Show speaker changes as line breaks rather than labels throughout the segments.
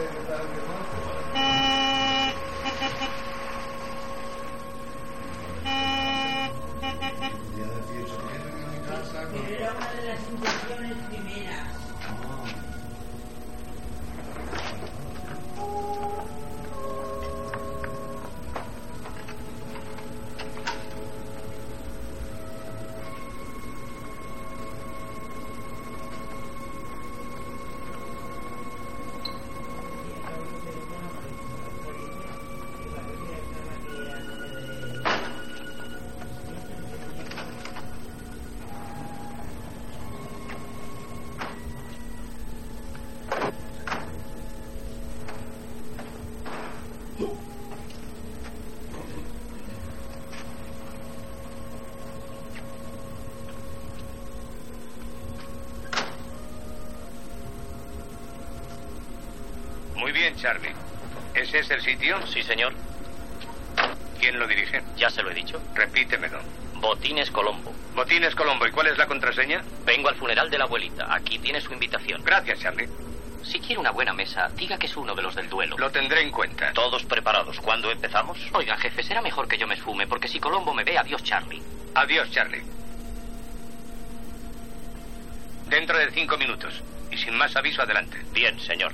Pues
Charlie, ¿ese es el sitio?
Sí, señor.
¿Quién lo dirige?
Ya se lo he dicho.
Repítemelo.
Botines Colombo.
Botines Colombo, ¿y cuál es la contraseña?
Vengo al funeral de la abuelita. Aquí tiene su invitación.
Gracias, Charlie.
Si quiere una buena mesa, diga que es uno de los del duelo.
Lo tendré en cuenta.
Todos preparados. ¿Cuándo empezamos? Oiga, jefe, será mejor que yo me esfume, porque si Colombo me ve, adiós, Charlie.
Adiós, Charlie. Dentro de cinco minutos. Y sin más aviso, adelante.
Bien, señor.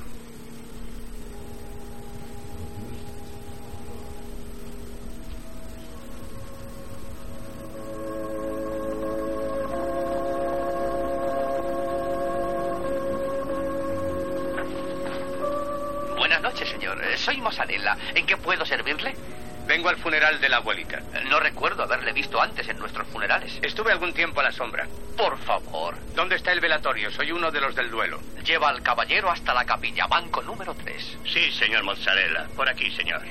Buenas noches, señor. Eh, Soy Mozzarella. ¿En qué puedo servirle?
Vengo al funeral de la abuelita.
Eh, No recuerdo haberle visto antes en nuestros funerales. Eh,
Estuve algún tiempo a la sombra.
Por favor,
¿Dónde está el velatorio? Soy uno de los del duelo.
lleva al caballero hasta la capilla, banco número 3.
Sí, señor Mozzarella. Por aquí, señor.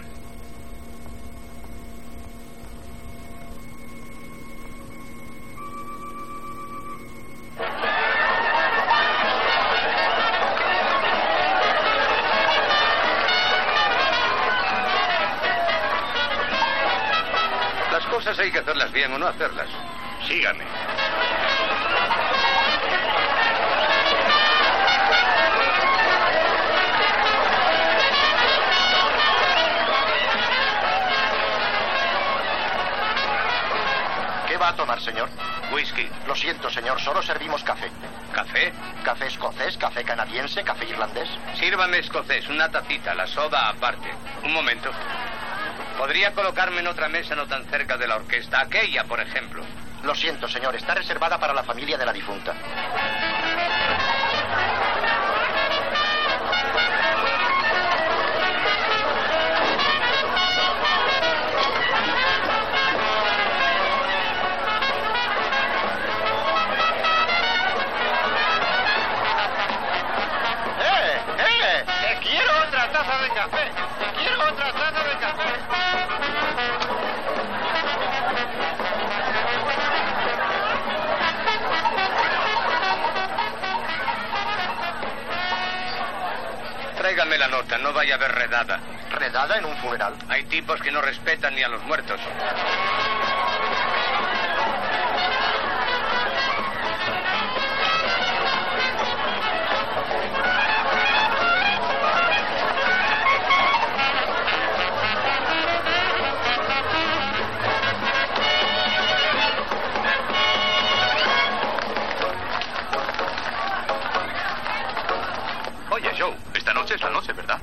Las cosas hay que hacerlas bien o no hacerlas. Sígame.
¿Qué va a tomar, señor?
Whisky.
Lo siento, señor, solo servimos café.
¿Café?
¿Café escocés, café canadiense, café irlandés?
Sírvame escocés, una tacita, la soda aparte. Un momento. Podría colocarme en otra mesa no tan cerca de la orquesta, aquella, por ejemplo.
Lo siento, señor, está reservada para la familia de la difunta. ¡Eh! ¡Eh! ¡Te quiero otra taza de café! ¡Te quiero otra taza de café!
Tráigame la nota, no vaya a haber redada.
Redada en un funeral.
Hay tipos que no respetan ni a los muertos.
Oye, Joe, esta noche es la noche, ¿verdad?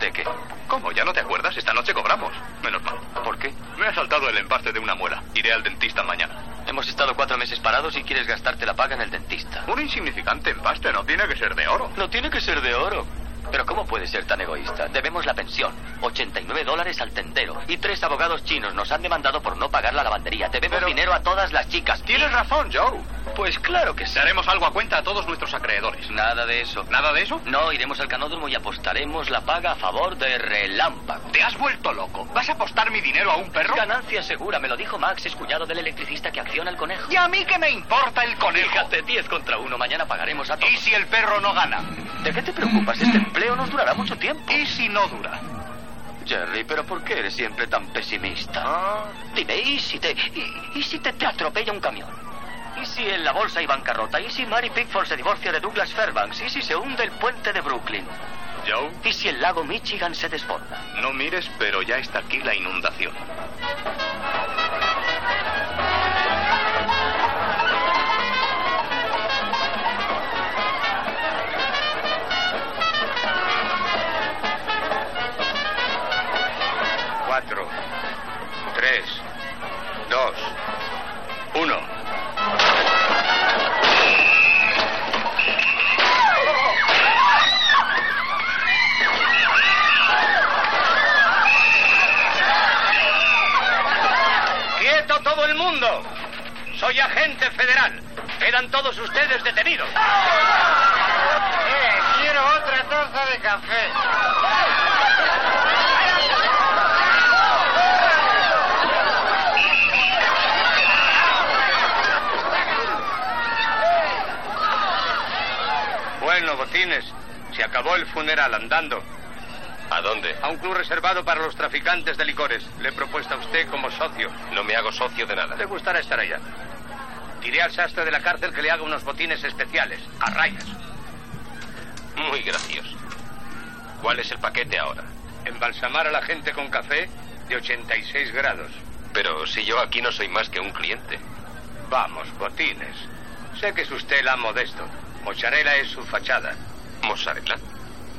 ¿De qué? ¿Cómo? ¿Ya no te acuerdas? Esta noche cobramos. Menos mal. ¿Por qué? Me ha saltado el empaste de una muela. Iré al dentista mañana. Hemos estado cuatro meses parados y quieres gastarte la paga en el dentista. Un insignificante empaste, no tiene que ser de oro.
No tiene que ser de oro. Pero ¿cómo puede ser tan egoísta? Debemos la pensión, 89 dólares al tendero y tres abogados chinos nos han demandado por no pagar la lavandería. Debemos
Pero-
dinero a todas las chicas.
Tienes razón, Joe.
Pues claro que sí.
Daremos algo a cuenta a todos nuestros acreedores.
Nada de eso.
¿Nada de eso?
No, iremos al canódromo y apostaremos la paga a favor de Relámpago.
¿Te has vuelto loco? ¿Vas a apostar mi dinero a un perro?
Ganancia segura, me lo dijo Max, es cuñado del electricista que acciona el conejo.
¿Y a mí qué me importa el conejo?
Fíjate, 10 contra 1, mañana pagaremos a
¿Y
todos.
si el perro no gana?
¿De qué te preocupas? Este empleo nos durará mucho tiempo.
¿Y si no dura?
Jerry, ¿pero por qué eres siempre tan pesimista?
Ah.
Dime, ¿y si te, y, y si te, te atropella un camión? ¿Y si en la bolsa hay bancarrota? ¿Y si Mary Pickford se divorcia de Douglas Fairbanks? ¿Y si se hunde el puente de Brooklyn?
Joe,
¿Y si el lago Michigan se desborda?
no mires, pero ya está aquí la inundación.
Cuatro, tres, dos, uno. ¡Quieto todo el mundo! Soy agente federal. Quedan todos ustedes detenidos.
Eh, quiero otra taza de café.
Bueno, botines, se acabó el funeral andando. ¿A dónde?
A un club reservado para los traficantes de licores. Le he propuesto a usted como socio.
No me hago socio de nada.
Le gustará estar allá. Diré al sastre de la cárcel que le haga unos botines especiales, a rayas.
Muy gracioso. ¿Cuál es el paquete ahora?
Embalsamar a la gente con café de 86 grados.
Pero si yo aquí no soy más que un cliente.
Vamos, botines. Sé que es usted el amo de esto. Mocharela es su fachada.
¿Mozzarella?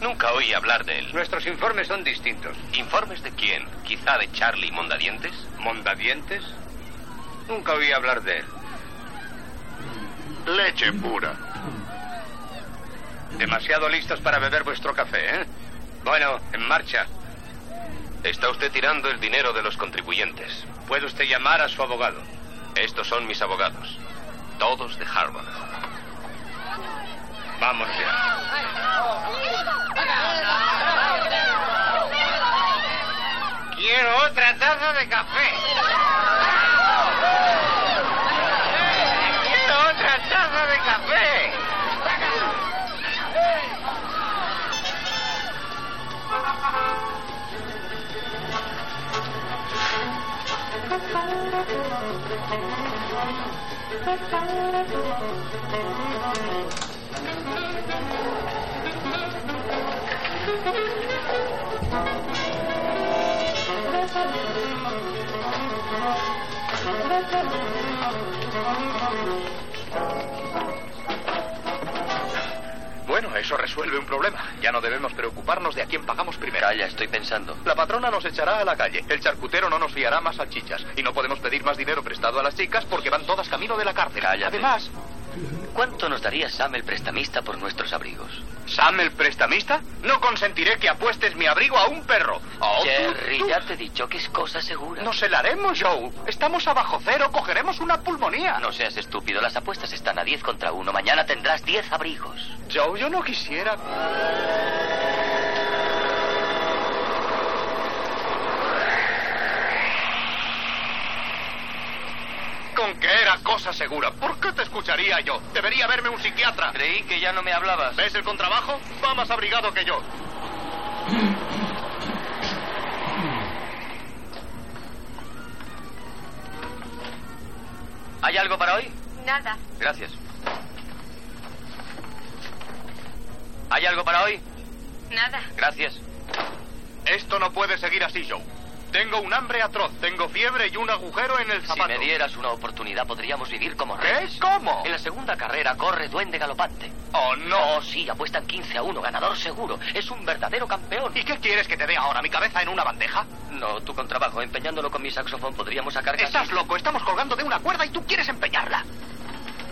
Nunca oí hablar de él.
Nuestros informes son distintos.
¿Informes de quién? ¿Quizá de Charlie Mondadientes?
¿Mondadientes? Nunca oí hablar de él.
Leche pura.
Demasiado listos para beber vuestro café, ¿eh? Bueno, en marcha.
Está usted tirando el dinero de los contribuyentes.
Puede usted llamar a su abogado.
Estos son mis abogados. Todos de Harvard.
Vamos ya.
Quiero otra taza de café. Quiero otra taza de café.
Bueno, eso resuelve un problema. Ya no debemos preocuparnos de a quién pagamos primero.
Calla, estoy pensando.
La patrona nos echará a la calle. El charcutero no nos fiará más salchichas. Y no podemos pedir más dinero prestado a las chicas porque van todas camino de la cárcel.
Cállate.
Además,
¿Cuánto nos daría Sam el prestamista por nuestros abrigos?
¿Sam el prestamista? No consentiré que apuestes mi abrigo a un perro. Oh, tú,
Jerry,
tú.
ya te he dicho que es cosa segura.
Nos helaremos, Joe. Estamos abajo cero, cogeremos una pulmonía.
No seas estúpido, las apuestas están a 10 contra 1. Mañana tendrás 10 abrigos.
Joe, yo no quisiera. Con que era cosa segura. ¿Por qué te escucharía yo? Debería verme un psiquiatra.
Creí que ya no me hablabas.
¿Ves el contrabajo? Va más abrigado que yo.
¿Hay algo para hoy?
Nada.
Gracias. ¿Hay algo para hoy?
Nada.
Gracias.
Esto no puede seguir así, Joe. Tengo un hambre atroz, tengo fiebre y un agujero en el
Si
zapato.
me dieras una oportunidad, podríamos vivir como reyes.
¿Qué? ¿Cómo?
En la segunda carrera corre Duende Galopante.
Oh, no.
Oh, sí, apuestan 15 a 1, ganador seguro. Es un verdadero campeón.
¿Y qué quieres que te dé ahora? ¿Mi cabeza en una bandeja?
No, tú con trabajo, empeñándolo con mi saxofón, podríamos sacar... casi-
Estás loco, estamos colgando de una cuerda y tú quieres empeñarla.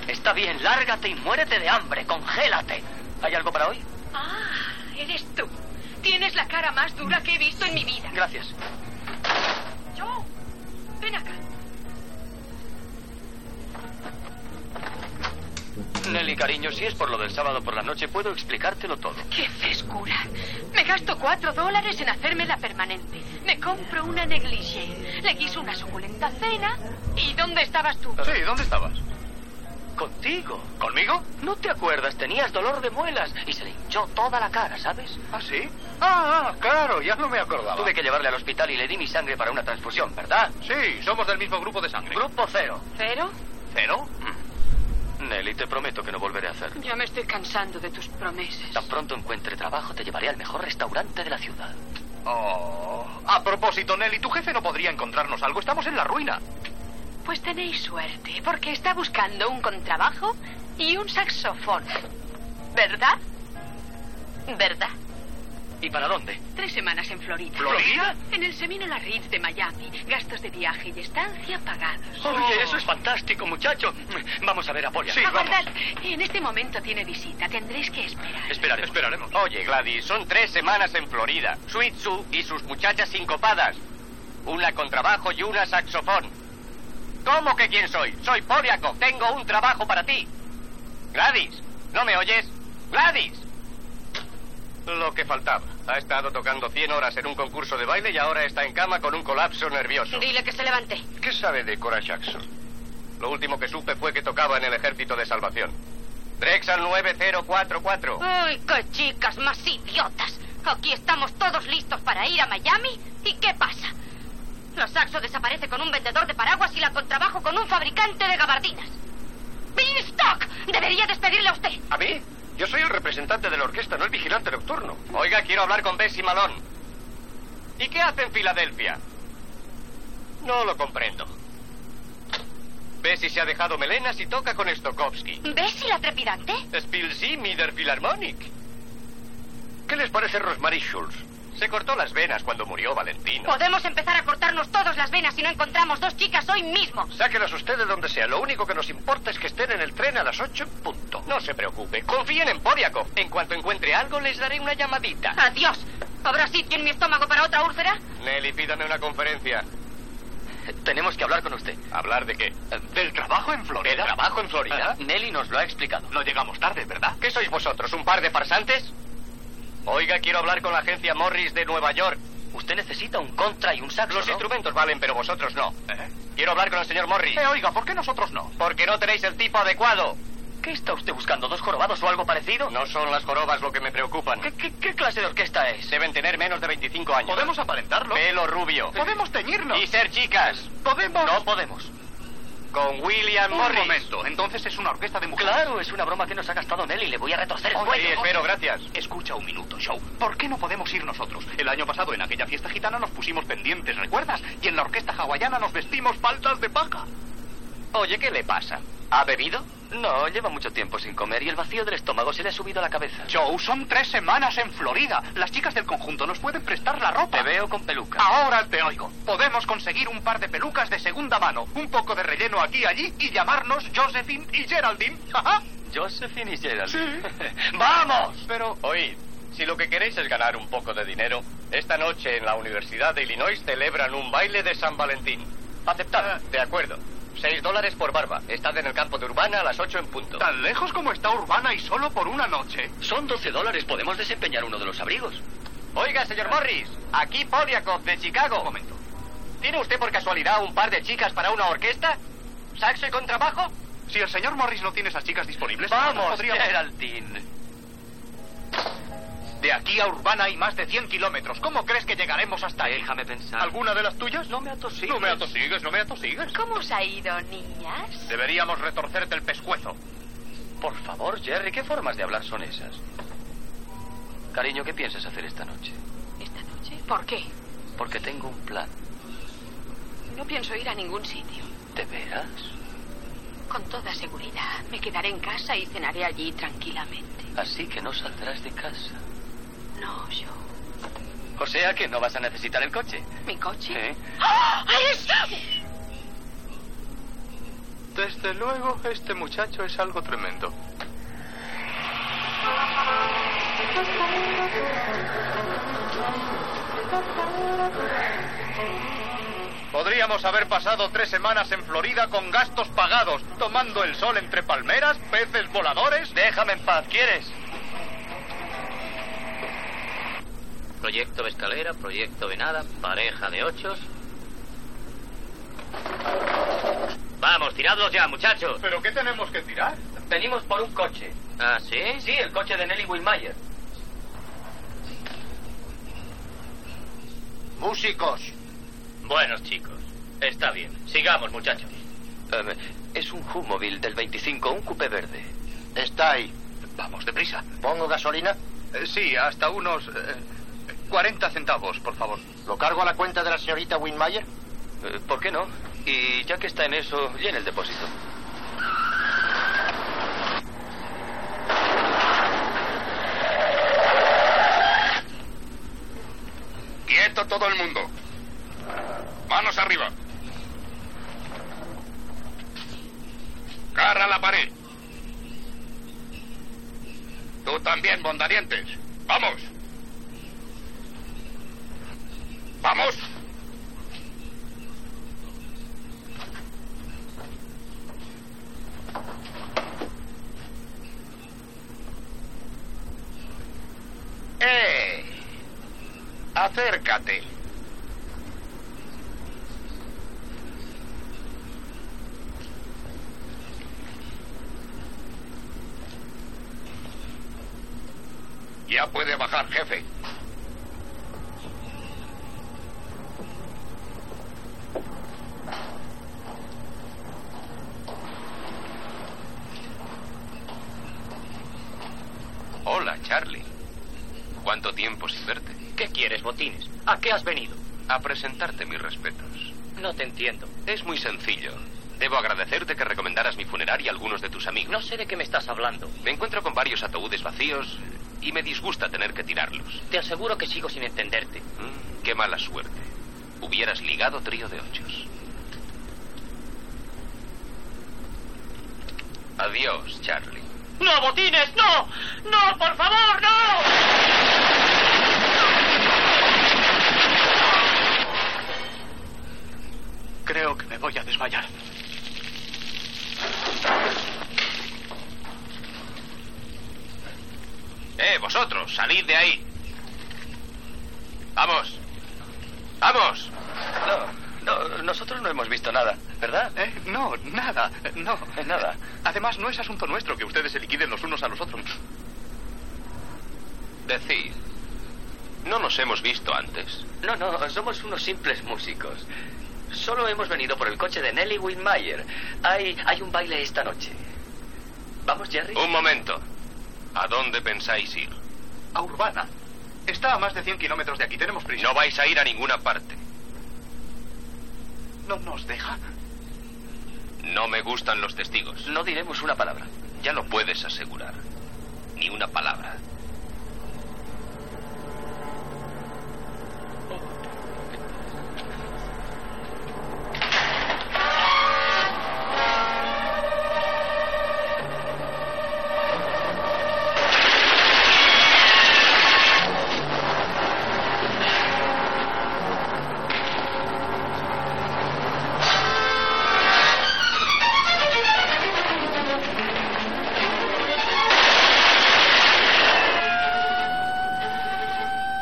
Está bien, lárgate y muérete de hambre, congélate. ¿Hay algo para hoy?
Ah, eres tú. Tienes la cara más dura que he visto en mi vida.
Gracias.
Joe, ven acá.
Nelly, cariño, si es por lo del sábado por la noche, puedo explicártelo todo.
¡Qué frescura! Me gasto cuatro dólares en hacerme la permanente. Me compro una negligée. Le guiso una suculenta cena. ¿Y dónde estabas tú?
Sí, ¿dónde estabas?
Contigo.
¿Conmigo?
¿No te acuerdas? Tenías dolor de muelas y se le hinchó toda la cara, ¿sabes?
¿Ah, sí? Ah, ah, claro, ya no me acordaba.
Tuve que llevarle al hospital y le di mi sangre para una transfusión, ¿verdad?
Sí, somos del mismo grupo de sangre.
Grupo cero.
¿Pero?
¿Cero?
Nelly, te prometo que no volveré a hacerlo.
Ya me estoy cansando de tus promesas.
Tan pronto encuentre trabajo, te llevaré al mejor restaurante de la ciudad.
Oh. A propósito, Nelly, tu jefe no podría encontrarnos algo. Estamos en la ruina.
Pues tenéis suerte, porque está buscando un contrabajo y un saxofón. ¿Verdad? ¿Verdad?
¿Y para dónde?
Tres semanas en Florida.
¿Florida?
En el Seminole Ridge de Miami. Gastos de viaje y estancia pagados.
Oye, eso es fantástico, muchacho. Mm, Vamos a ver a Polla.
Sí. vamos.
Aguardad, en este momento tiene visita. Tendréis que esperar.
Esperaremos.
Esperaremos.
Oye, Gladys, son tres semanas en Florida. Suitsu y sus muchachas sincopadas. Una con trabajo y una saxofón. ¿Cómo que quién soy? Soy Poliaco. Tengo un trabajo para ti. Gladys, ¿no me oyes? Gladys. Lo que faltaba. Ha estado tocando 100 horas en un concurso de baile y ahora está en cama con un colapso nervioso.
Dile que se levante.
¿Qué sabe de Cora Jackson? Lo último que supe fue que tocaba en el Ejército de Salvación. Drexel 9044.
¡Uy, qué chicas más idiotas! Aquí estamos todos listos para ir a Miami. ¿Y qué pasa? La Saxo desaparece con un vendedor de paraguas y la contrabajo con un fabricante de gabardinas. ¡Beanstalk! Debería despedirle a usted.
¿A mí? Yo soy el representante de la orquesta, no el vigilante nocturno.
Oiga, quiero hablar con Bessie Malone. ¿Y qué hace en Filadelfia? No lo comprendo. Bessie se ha dejado melenas y toca con Stokowski.
¿Ves si la trepidante?
Spilsy Mider Philharmonic.
¿Qué les parece Rosemary Schulz?
Se cortó las venas cuando murió Valentino.
Podemos empezar a cortarnos todos las venas si no encontramos dos chicas hoy mismo.
Sáquelas ustedes donde sea. Lo único que nos importa es que estén en el tren a las ocho en punto.
No se preocupe, confíen en Podiakov. En cuanto encuentre algo, les daré una llamadita.
Adiós. ¿Habrá sitio en mi estómago para otra úlcera?
Nelly, pídame una conferencia.
Tenemos que hablar con usted.
¿Hablar de qué?
¿Del trabajo en Florida?
¿Del trabajo en Florida?
Ah,
Ah,
Nelly nos lo ha explicado.
No llegamos tarde, ¿verdad?
¿Qué sois vosotros, un par de farsantes? Oiga, quiero hablar con la agencia Morris de Nueva York.
Usted necesita un contra y un saxo,
Los
¿no?
instrumentos valen, pero vosotros no. Quiero hablar con el señor Morris.
Eh, oiga, ¿por qué nosotros no?
Porque no tenéis el tipo adecuado.
¿Qué está usted buscando? ¿Dos jorobados o algo parecido?
No son las jorobas lo que me preocupan.
¿Qué, qué- qué clase de orquesta es?
Deben tener menos de 25 años.
Podemos aparentarlo.
Pelo rubio.
Podemos teñirnos.
Y ser chicas.
Podemos.
No podemos. Con William
un
Morris.
momento. Entonces es una orquesta de mujeres.
Claro, es una broma que nos ha gastado Nelly. Le voy a retorcer el
Sí,
cuello.
espero, gracias.
Escucha un minuto, Show. ¿Por qué no podemos ir nosotros? El año pasado en aquella fiesta gitana nos pusimos pendientes, ¿recuerdas? Y en la orquesta hawaiana nos vestimos faldas de paja.
Oye, ¿qué le pasa?
¿Ha bebido? No, lleva mucho tiempo sin comer y el vacío del estómago se le ha subido a la cabeza.
Joe, son tres semanas en Florida. Las chicas del conjunto nos pueden prestar la ropa.
Te veo con peluca.
Ah.
Ahora te oigo. Podemos conseguir un par de pelucas de segunda mano, un poco de relleno aquí y allí y llamarnos Josephine y Geraldine. Ajá.
Josephine y Gerald.
¡Vamos!
Pero, oíd, si lo que queréis es ganar un poco de dinero, esta noche en la Universidad de Illinois celebran un baile de San Valentín.
Ah.
Aceptado. De acuerdo. Seis dólares por barba. Estad en el campo de Urbana a las ocho en punto.
Tan lejos como está Urbana y solo por una noche.
Son 12 dólares. Podemos desempeñar uno de los abrigos.
Oiga, señor Morris, aquí Poliakov de Chicago.
Un momento.
¿Tiene usted por casualidad un par de chicas para una orquesta? ¿Saxo y contrabajo?
Si el señor Morris no tiene esas chicas disponibles,
Vamos,
podríamos-
Geraldine.
De aquí a Urbana hay más de 100 kilómetros. ¿Cómo crees que llegaremos hasta ahí?
Déjame pensar.
¿Alguna de las tuyas?
No me atosigues.
No me atosigues, no me atosigues.
¿Cómo os ha ido, niñas?
Deberíamos retorcerte el pescuezo.
Por favor, Jerry, ¿qué formas de hablar son esas? Cariño, ¿qué piensas hacer esta noche?
¿Esta noche? ¿Por qué?
Porque tengo un plan.
No pienso ir a ningún sitio.
¿De veras?
Con toda seguridad. Me quedaré en casa y cenaré allí tranquilamente.
Así que no saldrás de casa.
No, yo.
O sea que no vas a necesitar el coche.
¿Mi coche?
¿Eh?
¡Ah! ¡Ahí está!
Desde luego, este muchacho es algo tremendo. Podríamos haber pasado tres semanas en Florida con gastos pagados, tomando el sol entre palmeras, peces voladores.
Déjame en paz, ¿quieres? Proyecto escalera, proyecto venada, pareja de ochos. Vamos, tiradlos ya, muchachos.
¿Pero qué tenemos que tirar?
Venimos por un coche. ¿Ah, sí? Sí, el coche de Nelly Wilmayer.
Músicos.
Buenos chicos. Está bien. Sigamos, muchachos. es un Humovil del 25, un coupé verde.
Está ahí.
Vamos, deprisa.
¿Pongo gasolina?
Eh, sí, hasta unos eh, 40 centavos, por favor.
¿Lo cargo a la cuenta de la señorita Winmayer?
Eh, ¿Por qué no? Y ya que está en eso, llena el depósito.
Quieto todo el mundo. Manos arriba. Cara a la pared. Tú también, bondadientes. Vamos. Vamos. ¡Eh! Acércate. Ya puede bajar, jefe.
Charlie. ¿Cuánto tiempo sin verte?
¿Qué quieres, botines? ¿A qué has venido?
A presentarte mis respetos.
No te entiendo.
Es muy sencillo. Debo agradecerte que recomendaras mi funeraria a algunos de tus amigos.
No sé de qué me estás hablando.
Me encuentro con varios ataúdes vacíos y me disgusta tener que tirarlos.
Te aseguro que sigo sin entenderte.
Mm, qué mala suerte. Hubieras ligado trío de ochos. Adiós, Charlie.
¡No, botines, no! ¡No, por favor, no!
Creo que me voy a desmayar.
Eh, vosotros, salid de ahí. Vamos. Vamos.
No, no, nosotros no hemos visto nada, ¿verdad?
Eh, no, nada, eh, no.
Eh, Nada.
Además, no es asunto nuestro que ustedes se liquiden los unos a los otros.
Decid. No nos hemos visto antes.
No, no, somos unos simples músicos. Solo hemos venido por el coche de Nelly Winmeyer. Hay, hay un baile esta noche. ¿Vamos, Jerry?
Oh.
Un momento. ¿A dónde pensáis ir?
A Urbana. Está a más de 100 kilómetros de aquí. Tenemos prisa.
No vais a ir a ninguna parte.
No nos deja.
No me gustan los testigos.
No diremos una palabra.
Ya lo puedes asegurar. Ni una palabra.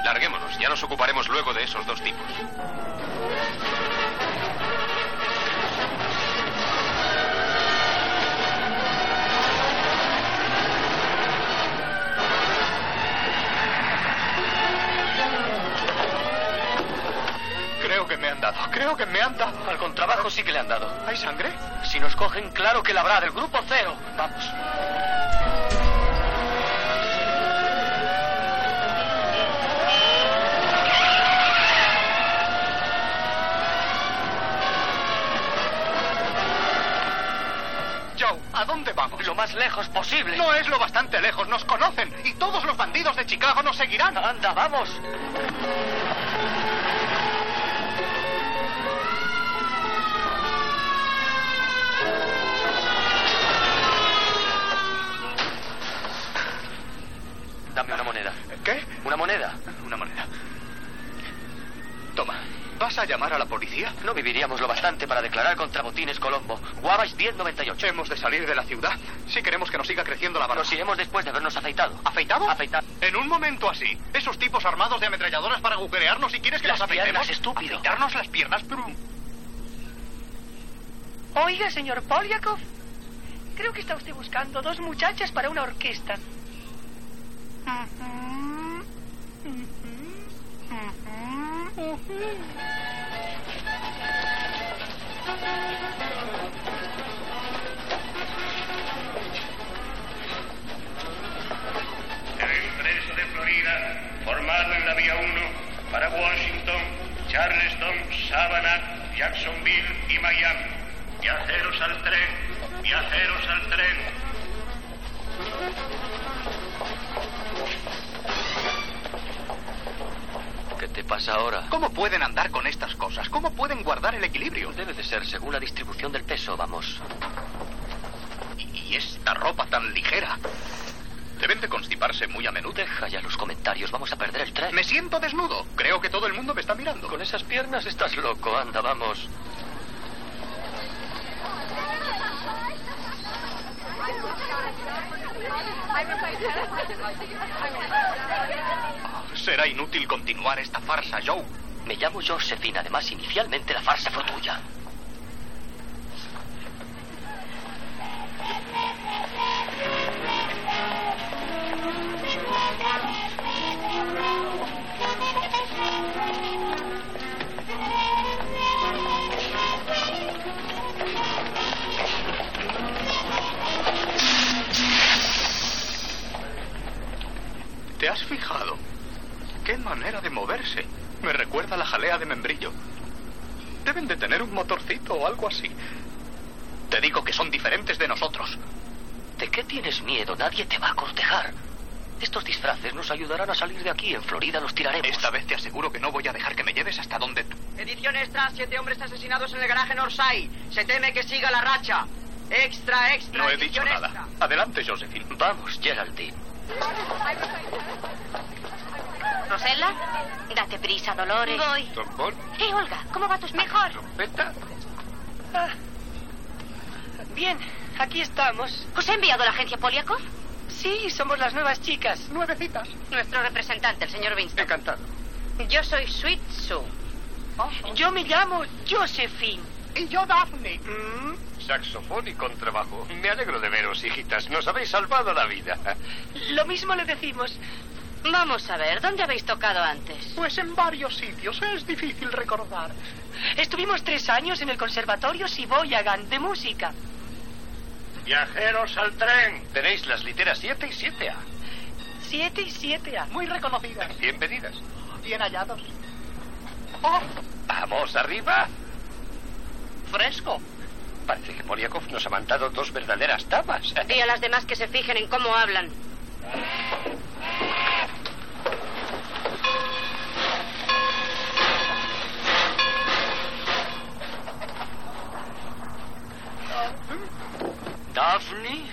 Larguémonos, ya nos ocuparemos luego de esos dos tipos.
Creo que me han dado. Creo que me han dado.
Al contrabajo sí que le han dado.
¿Hay sangre?
Si nos cogen, claro que la habrá del grupo cero. Vamos.
Joe, ¿a dónde vamos?
Lo más lejos posible.
No es lo bastante lejos. Nos conocen. Y todos los bandidos de Chicago nos seguirán.
Anda, vamos. Dame una moneda.
¿Qué?
¿Una moneda?
Una moneda. Toma. ¿Vas a llamar a la policía?
No viviríamos lo bastante para declarar contra botines Colombo. Guavas 1098.
Hemos de salir de la ciudad si queremos que nos siga creciendo la
Nos
barba.
iremos después de habernos afeitado.
¿Afeitado?
Afeitado.
En un momento así, esos tipos armados de ametralladoras para agujerearnos y quieres que
Las
las afeitemos.
piernas, estúpido.
Afeitarnos las piernas, pero...
Oiga, señor Polyakov, creo que está usted buscando dos muchachas para una orquesta.
Mm-hmm.
Tren preso de Florida, formado en la vía 1 para Washington, Charleston, Savannah, Jacksonville y Miami. Viajeros al tren, viajeros al tren.
¿Qué te pasa ahora?
¿Cómo pueden andar con estas cosas? ¿Cómo pueden guardar el equilibrio?
Debe de ser según la distribución del peso, vamos.
Y y esta ropa tan ligera.
Deben de constiparse muy a menudo.
Deja ya los comentarios, vamos a perder el tren.
Me siento desnudo. Creo que todo el mundo me está mirando.
Con esas piernas estás loco, anda, vamos.
Será inútil continuar esta farsa, Joe.
Me llamo Josephine, además inicialmente la farsa fue tuya.
manera de moverse. Me recuerda a la jalea de membrillo. Deben de tener un motorcito o algo así. Te digo que son diferentes de nosotros.
¿De qué tienes miedo? Nadie te va a cortejar. Estos disfraces nos ayudarán a salir de aquí. En Florida los tiraremos.
Esta vez te aseguro que no voy a dejar que me lleves hasta donde tú.
Edición extra, siete hombres asesinados en el garaje Northside. Se teme que siga la racha. Extra, extra.
No he dicho
edición extra.
nada. Adelante, Josephine.
Vamos, Geraldine.
Rosella, date prisa, Dolores. Voy.
¿Trombón?
Eh, Olga, ¿cómo va tus mejor?
¿Trompeta?
Ah. Bien, aquí estamos.
¿Os ha enviado la agencia Poliakov?
Sí, somos las nuevas chicas. Nuevecitas.
Nuestro representante, el señor Winston.
Encantado.
Yo soy Sweet Sue.
Oh,
Yo me llamo Josephine. Mm,
Y yo, Daphne.
Saxofón y contrabajo. Me alegro de veros, hijitas. Nos habéis salvado la vida.
Lo mismo le decimos.
Vamos a ver, ¿dónde habéis tocado antes?
Pues en varios sitios, es difícil recordar.
Estuvimos tres años en el Conservatorio Siboyagan de música.
Viajeros al tren.
Tenéis las literas 7 y 7A.
7 y 7A.
Muy reconocidas,
Bienvenidas.
bien hallados.
Vamos arriba.
Fresco.
Parece que Poliakov nos ha mandado dos verdaderas tapas.
Y a las demás que se fijen en cómo hablan.
Daphne,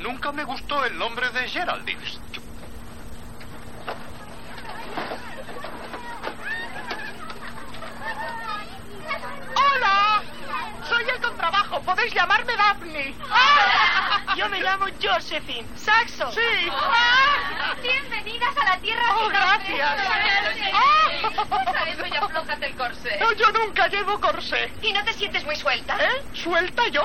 nunca me gustó el nombre de Geraldine.
¡Hola! Soy el contrabajo, podéis llamarme Daphne. ¡Ah!
Yo me llamo Josephine. Saxo.
Sí.
Bienvenidas a la tierra
Oh, gracias.
Oh. Usa eso y aflójate el corsé.
No, yo nunca llevo corsé.
¿Y no te sientes muy suelta?
¿Eh? ¿Suelta yo?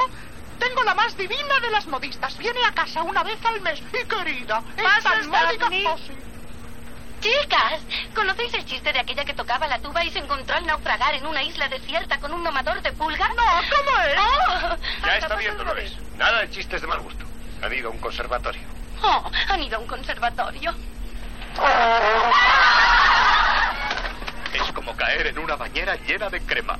Tengo la más divina de las modistas. Viene a casa una vez al mes. Y querida, es Oh,
¿Pasas,
tan módica
Daphne?
posible.
Chicas, ¿conocéis el chiste de aquella que tocaba la tuba y se encontró al naufragar en una isla desierta con un domador de pulgas? Oh. No, ¿cómo es?
Ya está bien, Dolores. Nada de chistes de mal gusto. Han ido a un conservatorio.
Oh, han ido a un conservatorio.
Es como caer en una bañera llena de crema.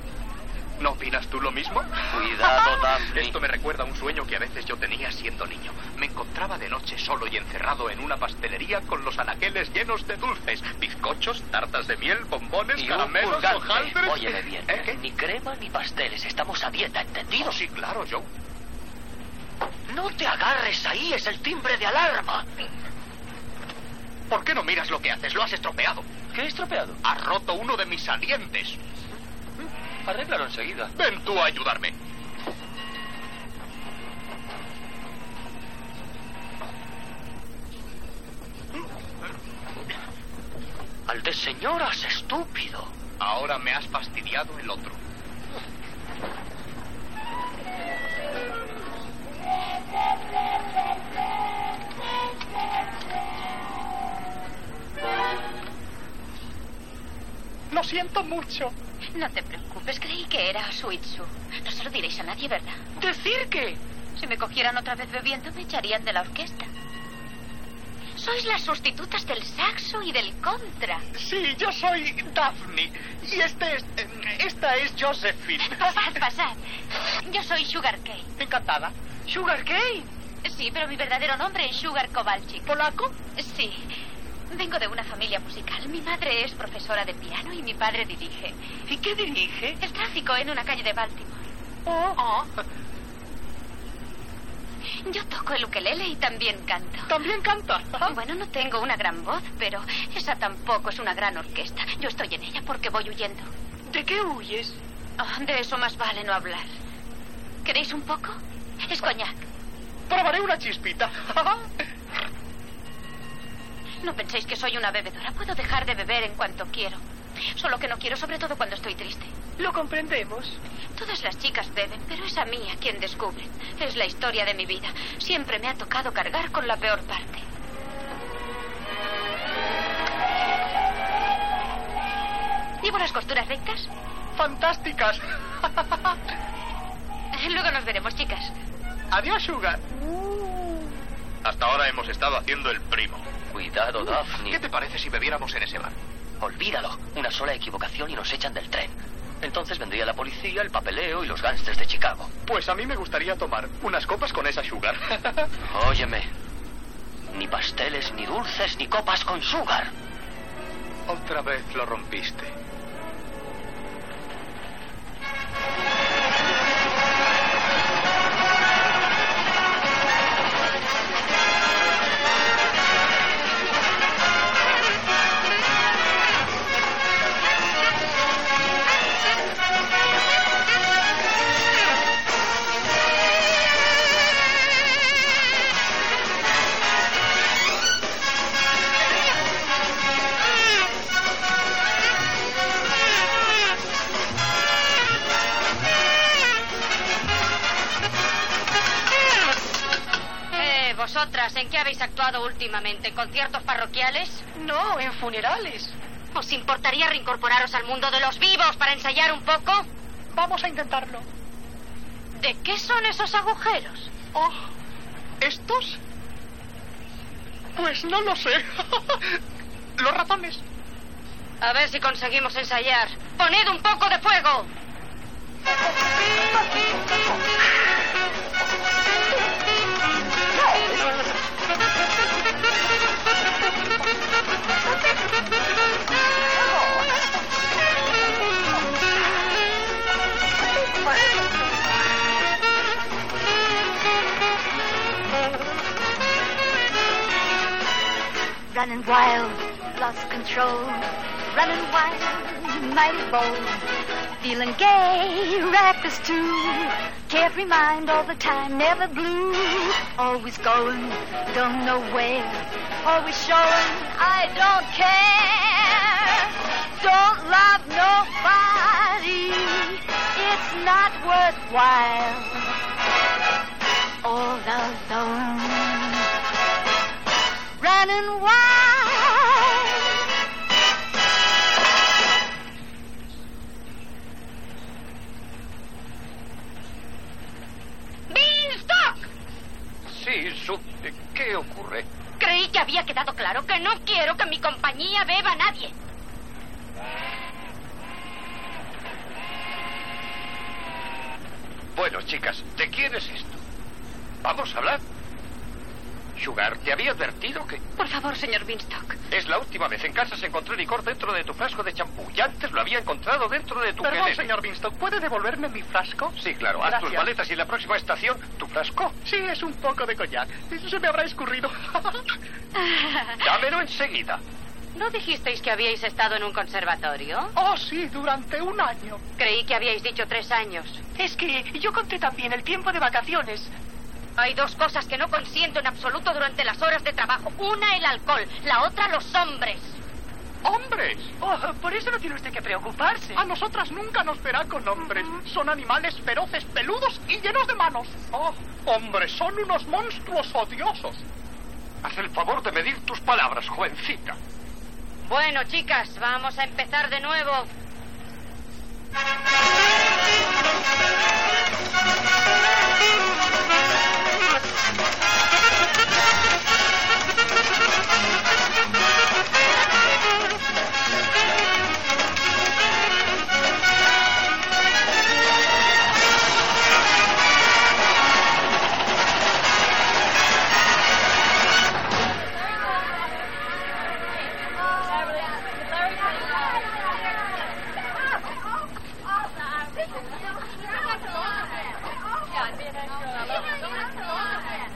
¿No opinas tú lo mismo?
Cuidado, Daphne.
Esto me recuerda a un sueño que a veces yo tenía siendo niño. Me encontraba de noche solo y encerrado en una pastelería con los anaqueles llenos de dulces, bizcochos, tartas de miel, bombones,
Y un
caramelos,
pulgante.
hojaldres.
Óyeme bien.
¿Eh, qué?
Ni crema ni pasteles. Estamos a dieta, ¿entendido?
Oh, sí, claro, Joe.
No te agarres ahí. Es el timbre de alarma.
¿Por qué no miras lo que haces? Lo has estropeado.
¿Qué he estropeado?
Has roto uno de mis salientes.
Arréglalo enseguida.
Ven tú a ayudarme.
Al de señoras, estúpido.
Ahora me has fastidiado el otro.
Lo siento mucho.
No te preocupes, creí que era Suitsu. No se lo diréis a nadie, ¿verdad?
¿Decir qué?
Si me cogieran otra vez bebiendo, me echarían de la orquesta. Sois las sustitutas del saxo y del contra.
Sí, yo soy Daphne. Y este es. Esta es Josephine.
Pasad, pasad. Yo soy Sugar Kay.
Encantada.
¿Sugar Cane?
Sí, pero mi verdadero nombre es Sugar Kowalczyk.
¿Polaco?
Sí. Vengo de una familia musical. Mi madre es profesora de piano y mi padre dirige.
¿Y qué dirige? Oh.
El tráfico en una calle de Baltimore.
Oh.
Yo toco el ukelele y también canto.
También canta.
Bueno, no tengo una gran voz, pero esa tampoco es una gran orquesta. Yo estoy en ella porque voy huyendo.
¿De qué huyes?
Ah, de eso más vale no hablar. ¿Queréis un poco? Es coñac.
Probaré una chispita.
No penséis que soy una bebedora. Puedo dejar de beber en cuanto quiero. Solo que no quiero, sobre todo cuando estoy triste.
Lo comprendemos.
Todas las chicas beben, pero es a mí a quien descubren. Es la historia de mi vida. Siempre me ha tocado cargar con la peor parte. ¿Llevo las costuras rectas?
Fantásticas.
Eh, Luego nos veremos, chicas.
Adiós, Sugar.
Uh.
Hasta ahora hemos estado haciendo el primo.
Cuidado, Daphne.
¿Qué te parece si bebiéramos en ese bar?
Olvídalo. Una sola equivocación y nos echan del tren. Entonces vendría la policía, el papeleo y los gángsters de Chicago.
Pues a mí me gustaría tomar unas copas con esa sugar.
Óyeme. Ni pasteles, ni dulces, ni copas con sugar.
Otra vez lo rompiste.
Eh, vosotras, ¿en qué habéis actuado últimamente? ¿En conciertos parroquiales? No, en funerales. ¿Os importaría reincorporaros al mundo de los vivos para ensayar un poco? Vamos a intentarlo. ¿De qué son esos agujeros?
Oh, ¿estos? Pues no lo sé. Los ratones.
A ver si conseguimos ensayar. ¡Poned un poco de fuego!
Running wild, lost control. Running wild, mighty bold. Feeling gay, reckless too. Carefree mind all the time, never blue. Always going, don't know where. Always showing, I don't care. Don't love nobody. It's not worthwhile. All alone. Running wild.
¡Beanstalk!
Sí, Sue, ¿qué ocurre?
Creí que había quedado claro que no quiero que mi compañía beba a nadie.
Bueno, chicas, ¿de quién es esto? Vamos a hablar. Sugar, te había advertido que
Por favor, señor Beanstalk.
es la última vez en casa se encontró licor dentro de tu frasco de champú. Y antes lo había encontrado dentro de tu
Perdón,
querer.
señor Winston, ¿puede devolverme mi frasco?
Sí, claro. Haz tus
Gracias.
maletas y en la próxima estación, tu frasco.
Sí, es un poco de coñac. Se me habrá escurrido.
Dámelo enseguida.
¿No dijisteis que habíais estado en un conservatorio?
Oh, sí, durante un año.
Creí que habíais dicho tres años.
Es que yo conté también el tiempo de vacaciones.
Hay dos cosas que no consiento en absoluto durante las horas de trabajo. Una, el alcohol. La otra, los hombres.
¡Hombres! por eso no tiene usted que preocuparse. A nosotras nunca nos verá con hombres. Son animales feroces, peludos y llenos de manos. Oh, hombres, son unos monstruos odiosos.
Haz el favor de medir tus palabras, jovencita.
Bueno, chicas, vamos a empezar de nuevo.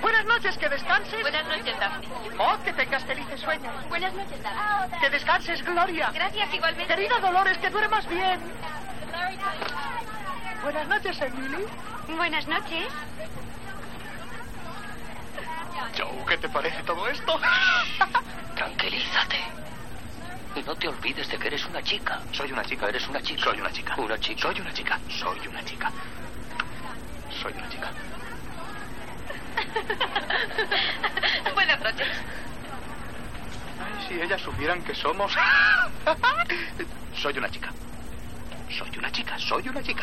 Buenas noches, que descanses.
Buenas noches, Daphne.
Oh, que tengas felices sueños.
Buenas noches, Daphne.
Que descanses, Gloria.
Gracias, igualmente.
Querida Dolores, que duermas bien. Buenas noches, Emily.
Buenas noches.
Joe, ¿qué te parece todo esto?
Tranquilízate. Y no te olvides de que eres una chica. Soy una chica, eres una chica. Soy una chica. Una chica. Soy una chica. Soy una chica. Soy una chica.
Buenas noches.
Ay, si ellas supieran que somos. Soy una chica.
Soy una chica. Soy una chica.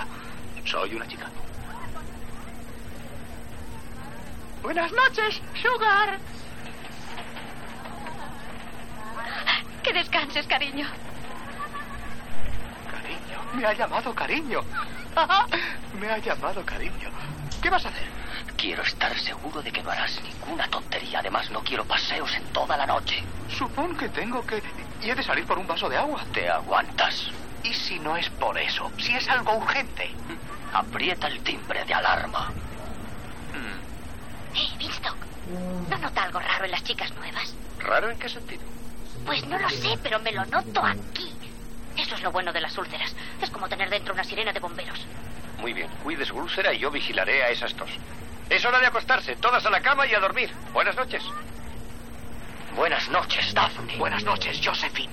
Soy una chica.
Buenas noches, Sugar.
Que descanses, cariño.
Me ha llamado cariño. Me ha llamado cariño. ¿Qué vas a hacer?
Quiero estar seguro de que no harás ninguna tontería. Además, no quiero paseos en toda la noche.
Supón que tengo que... Y he de salir por un vaso de agua.
Te aguantas.
¿Y si no es por eso? Si es algo urgente.
Aprieta el timbre de alarma.
Hmm,
¡Hey, Binstock! Eh, ¿No nota algo raro en las chicas nuevas?
¿Raro en qué sentido?
Pues no lo sé, pero me lo noto aquí. Eso es lo bueno de las úlceras. Es como tener dentro una sirena de bomberos.
Muy bien, cuide su úlcera y yo vigilaré a esas dos. Es hora de acostarse, todas a la cama y a dormir. Buenas noches.
Buenas noches, Daphne.
Buenas noches, Josephine.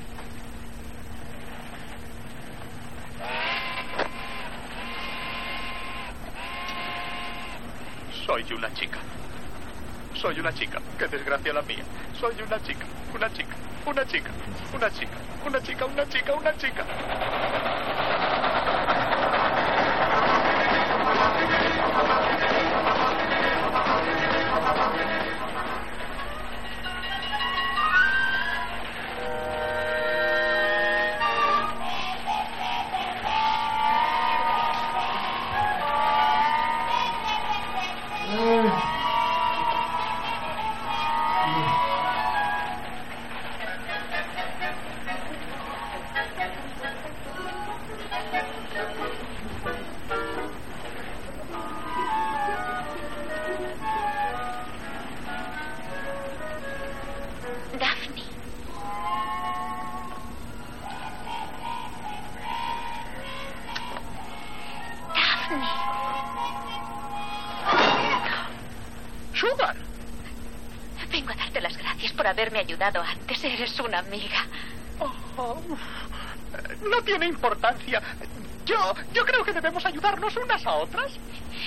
Soy una chica. Soy una chica. Qué desgracia la mía. Soy una chica. Una chica. Una chica. Una chica. Una chica. Una chica. Una chica.
Daphne. Daphne.
¡Sugar!
Vengo a darte las gracias por haberme ayudado antes. Eres una amiga.
Oh, eh, no tiene importancia. Yo, yo creo que debemos ayudarnos unas a otras.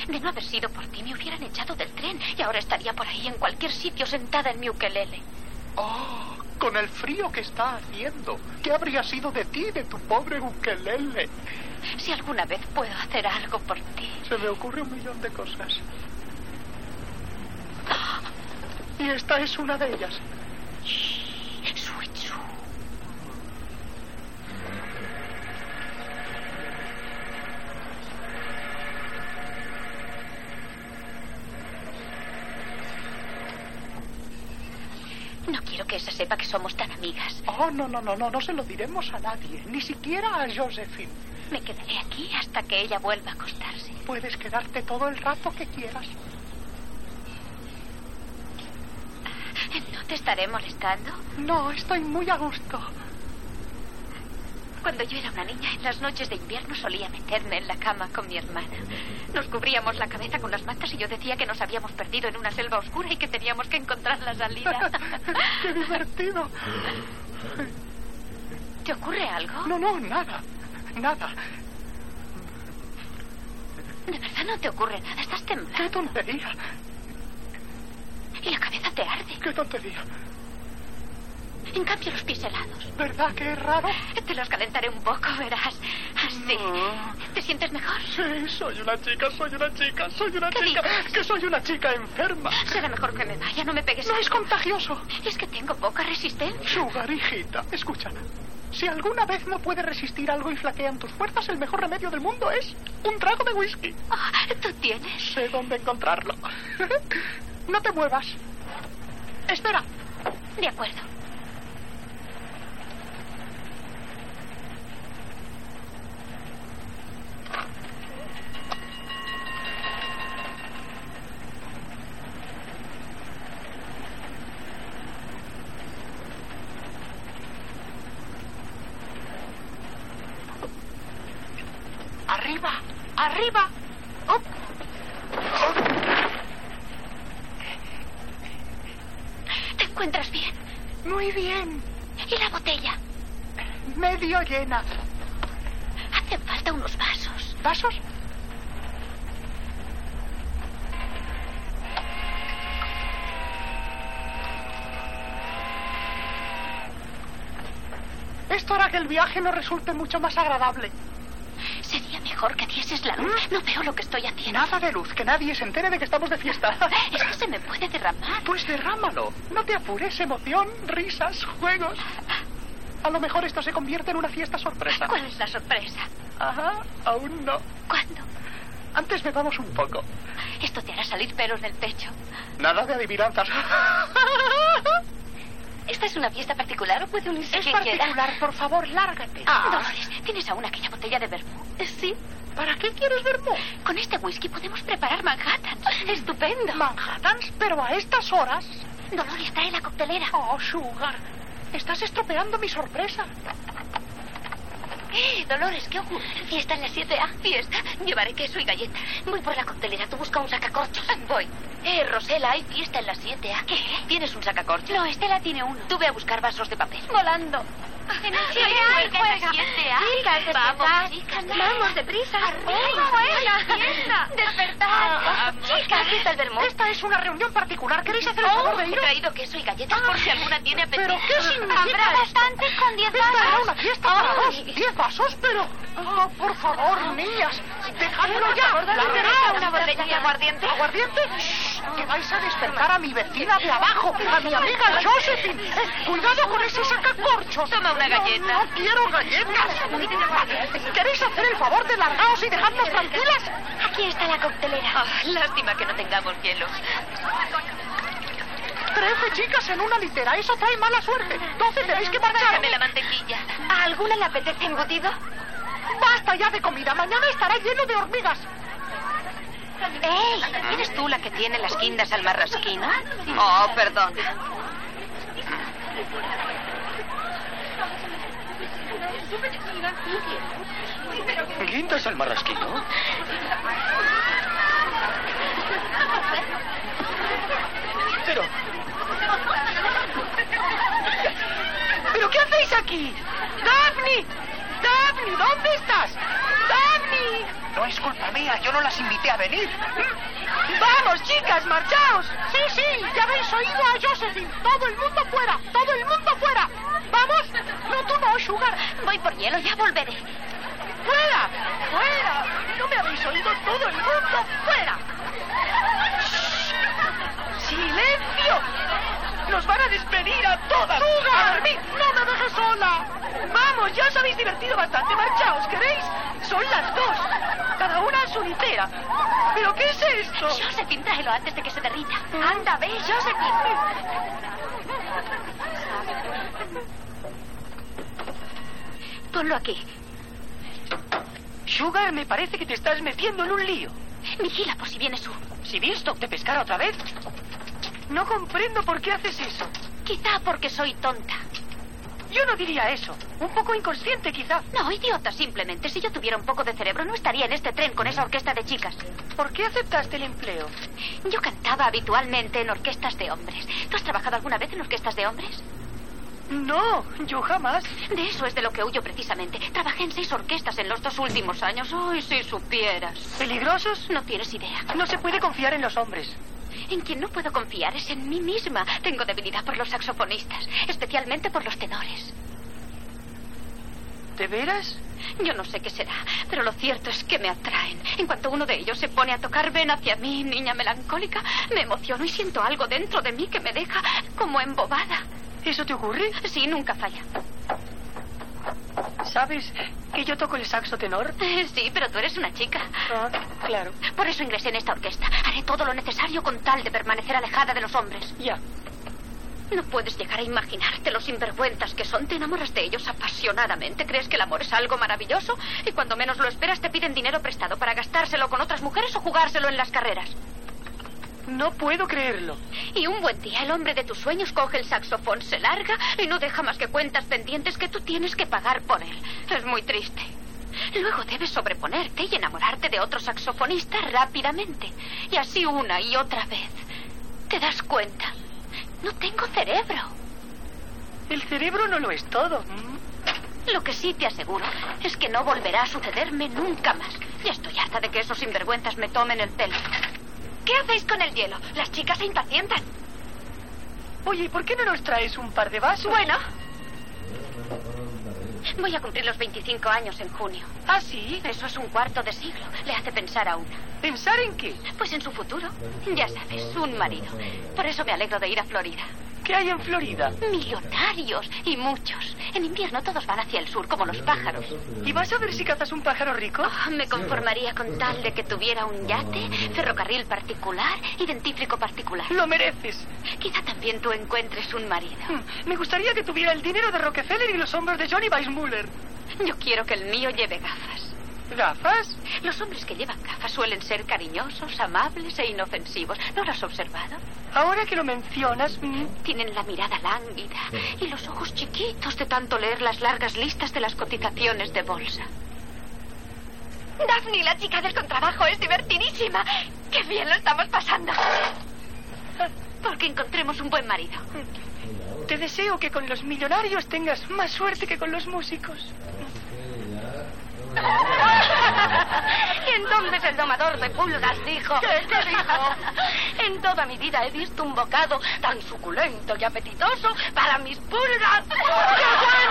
De no haber sido por ti, me hubieran echado del tren y ahora estaría por ahí en cualquier sitio sentada en mi ukelele.
Oh, con el frío que está haciendo, ¿qué habría sido de ti, de tu pobre ukelele?
Si alguna vez puedo hacer algo por ti.
Se me ocurre un millón de cosas. Y esta es una de ellas.
Suichu. No quiero que esa sepa que somos tan amigas.
Oh, no, no, no, no, no se lo diremos a nadie, ni siquiera a Josephine.
Me quedaré aquí hasta que ella vuelva a acostarse.
Puedes quedarte todo el rato que quieras.
¿No te estaré molestando?
No, estoy muy a gusto.
Cuando yo era una niña, en las noches de invierno solía meterme en la cama con mi hermana. Nos cubríamos la cabeza con las mantas y yo decía que nos habíamos perdido en una selva oscura y que teníamos que encontrar la salida.
¡Qué divertido!
¿Te ocurre algo?
No, no, nada. Nada.
¿De verdad Ah, no te ocurre nada? Estás temblando
¡Qué tontería!
y la cabeza te arde.
¡Qué tontería!
En cambio, los pies helados.
¿Verdad que es raro?
Te los calentaré un poco, verás. Así.
Mm.
¿Te sientes mejor?
Sí, soy una chica, soy una chica, soy una
¿Qué
chica.
dices?
Que soy una chica enferma.
Será mejor que me vaya, no me pegues.
No es contagioso.
Es que tengo poca resistencia.
Sugar, hijita, escucha. Si alguna vez no puedes resistir algo y flaquean tus fuerzas, el mejor remedio del mundo es un trago de whisky.
Ah, ¿Tú tienes?
Sé dónde encontrarlo. no te muevas. Espera.
De acuerdo.
Arriba, arriba.
Oh.
Up.
¿Te encuentras bien?
Muy bien.
¿Y la botella?
Medio llena.
Hacen falta unos vasos.
¿Vasos? Esto hará que el viaje no resulte mucho más agradable. ¿Mm?
Sería mejor que dieses la luz. No veo lo que estoy haciendo.
Nada de luz, que nadie se entere de que estamos de fiesta.
Es que se me puede derramar.
Pues derrámalo. No te apures, emoción, risas, juegos.
A lo mejor esto se convierte en una fiesta sorpresa.
¿Cuál es la sorpresa?
Ajá, aún no.
¿Cuándo?
Antes bebamos un poco.
Esto te hará salir pelos del pecho.
Nada de adivinanzas.
¿Esta es una fiesta particular o puede unirse
Es
quien quiera?
particular, por favor, lárgate.
Dolores, ¿tienes aún aquella botella de vermú? Sí.
¿Para qué quieres vermú?
Con este whisky podemos preparar Manhattans. Estupendo.
¿Manhattans? Pero a estas horas.
Dolores, trae la coctelera.
Oh, Sugar, estás estropeando mi sorpresa.
¡Eh, Dolores, qué ocurre? Fiesta en la 7A. Fiesta. Llevaré queso y galleta. Voy por la coctelera. Tú busca un sacacorchos. Voy. Eh, Rosela, hay fiesta en la 7A. ¿Qué? ¿Tienes un sacacorchos? No, Estela tiene uno. Tú ve a buscar vasos de papel. Ah, Volando. En el 7A hay juega. Chicas, vamos. Vamos, deprisa. Arriba, buena. Fiesta. Ah, Despertad. Chicas, ¿viste el vermut?
Esta es una reunión particular. ¿Queréis hacer el favor de
Oh, He
ir?
traído queso y galletas por si alguna tiene apetito.
¿Pero qué significa
Habrá
esto?
bastantes con 10
Esta
vasos.
era una fiesta para
Ay.
dos. ¿Diez vasos? Pero... Oh, por favor, niñas, dejadlo ya.
Acordaros
La
de
reunión.
ah, una botella de aguardiente.
¿Aguardiente? Shh, que vais a despertar a mi vecina de abajo, a mi amiga Josephine. Eh, cuidado con ese sacacorchos.
Toma una
No,
galleta.
No, quiero galletas. ¿Queréis hacer el favor de largaos y dejarnos tranquilas?
Aquí está la coctelera.
Ah,
lástima que no tengamos hielo.
Trece chicas en una litera, eso trae mala suerte. Doce tenéis que marchar.
Bájame la mantequilla.
¿A alguna le apetece embutido? Basta ya de comida, mañana estará lleno de hormigas.
¡Ey! ¿Eres tú la que tiene las quindas al marrasquino? Oh, perdón.
¿Guindas al marrasquino? Pero...
¿Pero qué hacéis aquí? ¡Daphne! ¡Daphne! ¿Dónde estás? ¡Daphne!
No es culpa mía, yo no las invité a venir.
¡Vamos, chicas, marchaos! Sí, sí, ya habéis oído a Josephine. Todo el mundo fuera, todo el mundo fuera. ¡Vamos! No, tú no, Sugar.
Voy por hielo, ya volveré.
¡Fuera! ¡Fuera! ¿No me habéis oído todo el mundo? ¡Fuera! Shh. ¡Silencio! ¡Nos van a despedir a todas! ¡Sugar! ¡No me dejes sola! ¡Vamos! Ya os habéis divertido bastante. ¡Marchaos! ¿Queréis? Son las dos. Cada una a su litera. ¿Pero qué es esto?
Josephine, tráelo antes de que se derrita. Anda, ve, Josephine. Ponlo aquí.
Sugar, me parece que te estás metiendo en un lío.
Vigila por si viene su.
Si Beanstalk te pescara otra vez. No comprendo por qué haces eso.
Quizá porque soy tonta.
Yo no diría eso. Un poco inconsciente, quizá.
No, idiota, simplemente. Si yo tuviera un poco de cerebro, no estaría en este tren con esa orquesta de chicas.
¿Por qué aceptaste el empleo?
Yo cantaba habitualmente en orquestas de hombres. ¿Tú has trabajado alguna vez en orquestas de hombres?
No, yo jamás.
De eso es de lo que huyo precisamente. Trabajé en seis orquestas en los dos últimos años. Ay, si supieras.
¿Peligrosos?
No tienes idea.
No se puede confiar en los hombres.
En quien no puedo confiar es en mí misma. Tengo debilidad por los saxofonistas, especialmente por los tenores.
¿De veras?
Yo no sé qué será, pero lo cierto es que me atraen. En cuanto uno de ellos se pone a tocar, ven hacia mí, niña melancólica. Me emociono y siento algo dentro de mí que me deja como embobada.
¿Eso te ocurre?
Sí, nunca falla.
¿Sabes que yo toco el saxo tenor?
Eh, Sí, pero tú eres una chica.
Ah, claro.
Por eso ingresé en esta orquesta. Haré todo lo necesario con tal de permanecer alejada de los hombres.
Ya.
No puedes llegar a imaginarte los sinvergüenzas que son. Te enamoras de ellos apasionadamente. Crees que el amor es algo maravilloso y cuando menos lo esperas te piden dinero prestado para gastárselo con otras mujeres o jugárselo en las carreras.
No puedo creerlo.
Y un buen día el hombre de tus sueños coge el saxofón, se larga y no deja más que cuentas pendientes que tú tienes que pagar por él. Es muy triste. Luego debes sobreponerte y enamorarte de otro saxofonista rápidamente. Y así una y otra vez. ¿Te das cuenta? No tengo cerebro.
El cerebro no lo es todo.
Lo que sí te aseguro es que no volverá a sucederme nunca más. Ya estoy harta de que esos sinvergüenzas me tomen el pelo. ¿Qué hacéis con el hielo? Las chicas se impacientan.
Oye, ¿y por qué no nos traes un par de vasos?
Bueno. Voy a cumplir los 25 años en junio.
¿Ah, sí?
Eso es un cuarto de siglo. Le hace pensar a una.
¿Pensar en qué?
Pues en su futuro. Ya sabes, un marido. Por eso me alegro de ir a Florida.
que hay en Florida?
Millonarios y muchos. En invierno todos van hacia el sur como los pájaros. Oh,
¿Y vas a ver si cazas un pájaro rico?
me conformaría con tal de que tuviera un yate, ferrocarril particular y dentífrico particular.
Lo mereces. Hmm.
Quizá también tú encuentres un marido.
Me gustaría que tuviera el dinero de Rockefeller y los hombros de Johnny Weissmuller.
Yo quiero que el mío lleve gafas.
¿Gafas?
Los hombres que llevan gafas suelen ser cariñosos, amables e inofensivos. ¿No lo has observado?
Ahora que lo mencionas, mm,
Tienen la mirada lánguida y los ojos chiquitos de tanto leer las largas listas de las cotizaciones de bolsa.
Daphne, la chica del contrabajo, es divertidísima. ¡Qué bien lo estamos pasando!
Porque encontremos un buen marido.
te deseo que con los millonarios tengas más suerte que con los músicos.
Y entonces el domador de pulgas dijo...
¿Qué? ¿Qué
dijo? En toda mi vida he visto un bocado tan suculento y apetitoso para mis pulgas.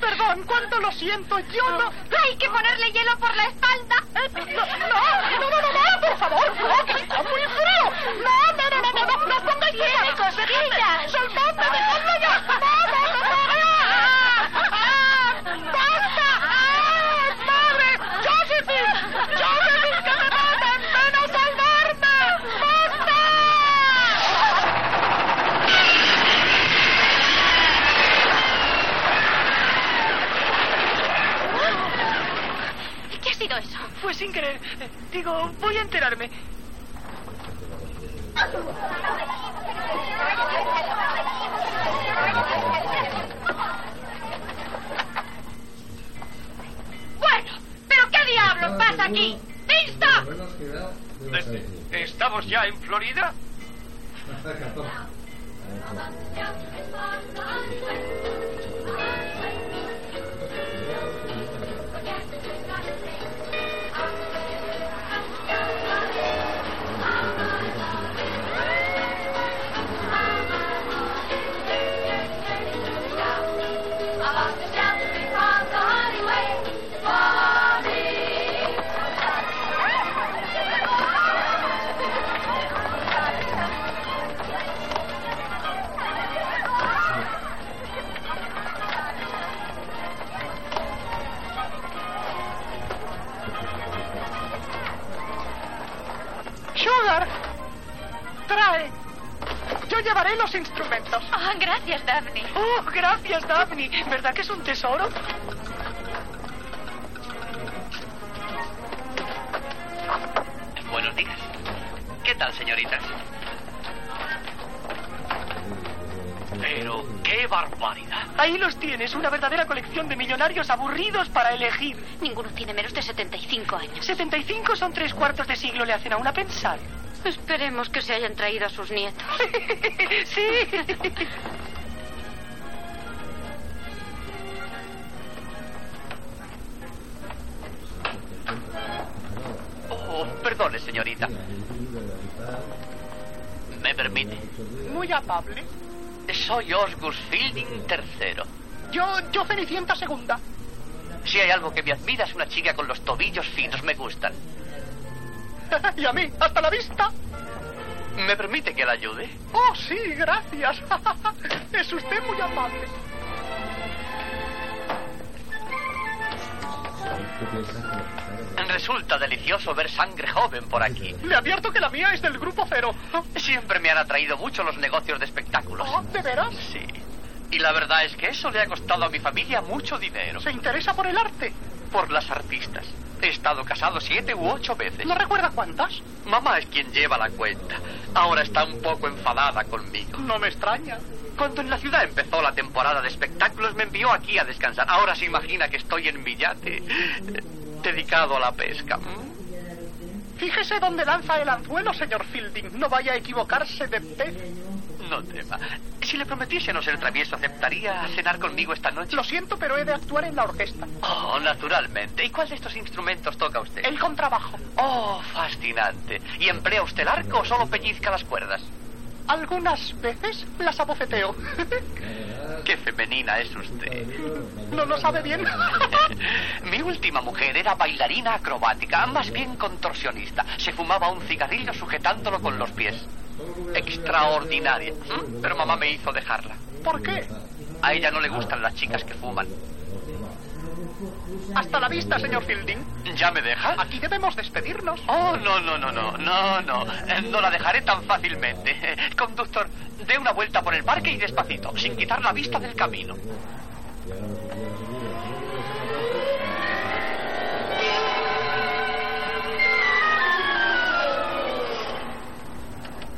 Perdón, cuánto lo siento, yo no...
¡Hay que ponerle hielo por la espalda!
No, no, no, no, no, por favor, no, que está muy frío. No, no, no, no, no, no, no pongas
¡Chicos, ella!
¡Soltadme, dejadme ya! ¡No, no, no, no, no! ¡Basta! ¡Ah, ¡Madre! ¡Josephine! ¡Josephine, que me matan! ¡Ven a salvarme! ¡Basta!
¿Qué ha sido eso?
Fue sin querer. Eh, Digo, voy a enterarme.
Bueno, ¿pero qué
Ah,
diablos pasa aquí? ¡Listo!
¿Estamos ya en Florida?
Sugar, trae. Yo llevaré los instrumentos.
Ah, gracias, Daphne.
Oh, gracias, Daphne. ¿Verdad que es un tesoro?
Buenos días. ¿Qué tal, señoritas? Pero, qué barbaridad.
Ahí los tienes, una verdadera colección de millonarios aburridos para elegir.
Ninguno tiene menos de 75 años.
75 son tres cuartos de siglo, le hacen a una pensar.
Esperemos que se hayan traído a sus nietos.
sí.
Oh, perdone, señorita. ¿Me permite?
Muy amable.
Soy Osgus Fielding III.
Yo, yo Cenicienta Segunda.
Si hay algo que me admira es una chica con los tobillos finos, me gustan.
y a mí, hasta la vista.
¿Me permite que la ayude?
Oh, sí, gracias. es usted muy amable.
Resulta delicioso ver sangre joven por aquí.
Le advierto que la mía es del grupo cero.
Siempre me han atraído mucho los negocios de espectáculos.
Oh, ¿De veras?
Sí. Y la verdad es que eso le ha costado a mi familia mucho dinero.
¿Se interesa por el arte?
Por las artistas. He estado casado siete u ocho veces.
¿No recuerda cuántas?
Mamá es quien lleva la cuenta. Ahora está un poco enfadada conmigo.
No me extraña.
Cuando en la ciudad
em-
empezó la temporada de espectáculos, me envió aquí a descansar. Ahora se imagina que estoy en mi yate, eh, dedicado a la pesca. ¿Mm?
Fíjese dónde lanza el anzuelo, señor Fielding. No vaya a equivocarse de pez.
No tema. Si le prometiese no ser travieso, ¿aceptaría cenar conmigo esta noche?
Lo siento, pero he de actuar en la orquesta.
Oh, naturalmente. ¿Y cuál de estos instrumentos toca usted?
El contrabajo.
Oh, fascinante. ¿Y emplea usted el arco o solo pellizca las cuerdas?
Algunas veces las abofeteo.
Qué femenina es usted.
No lo sabe bien.
Mi última mujer era bailarina acrobática, más bien contorsionista. Se fumaba un cigarrillo sujetándolo con los pies. Extraordinaria. ¿m? Pero mamá me hizo dejarla.
¿Por qué?
A ella no le gustan las chicas que fuman.
Hasta la vista, señor Fielding.
¿Ya me deja?
Aquí debemos despedirnos.
Oh, no, no, no, no, no, no. Eh, No la dejaré tan fácilmente. Eh, Conductor, dé una vuelta por el parque y despacito, sin quitar la vista del camino.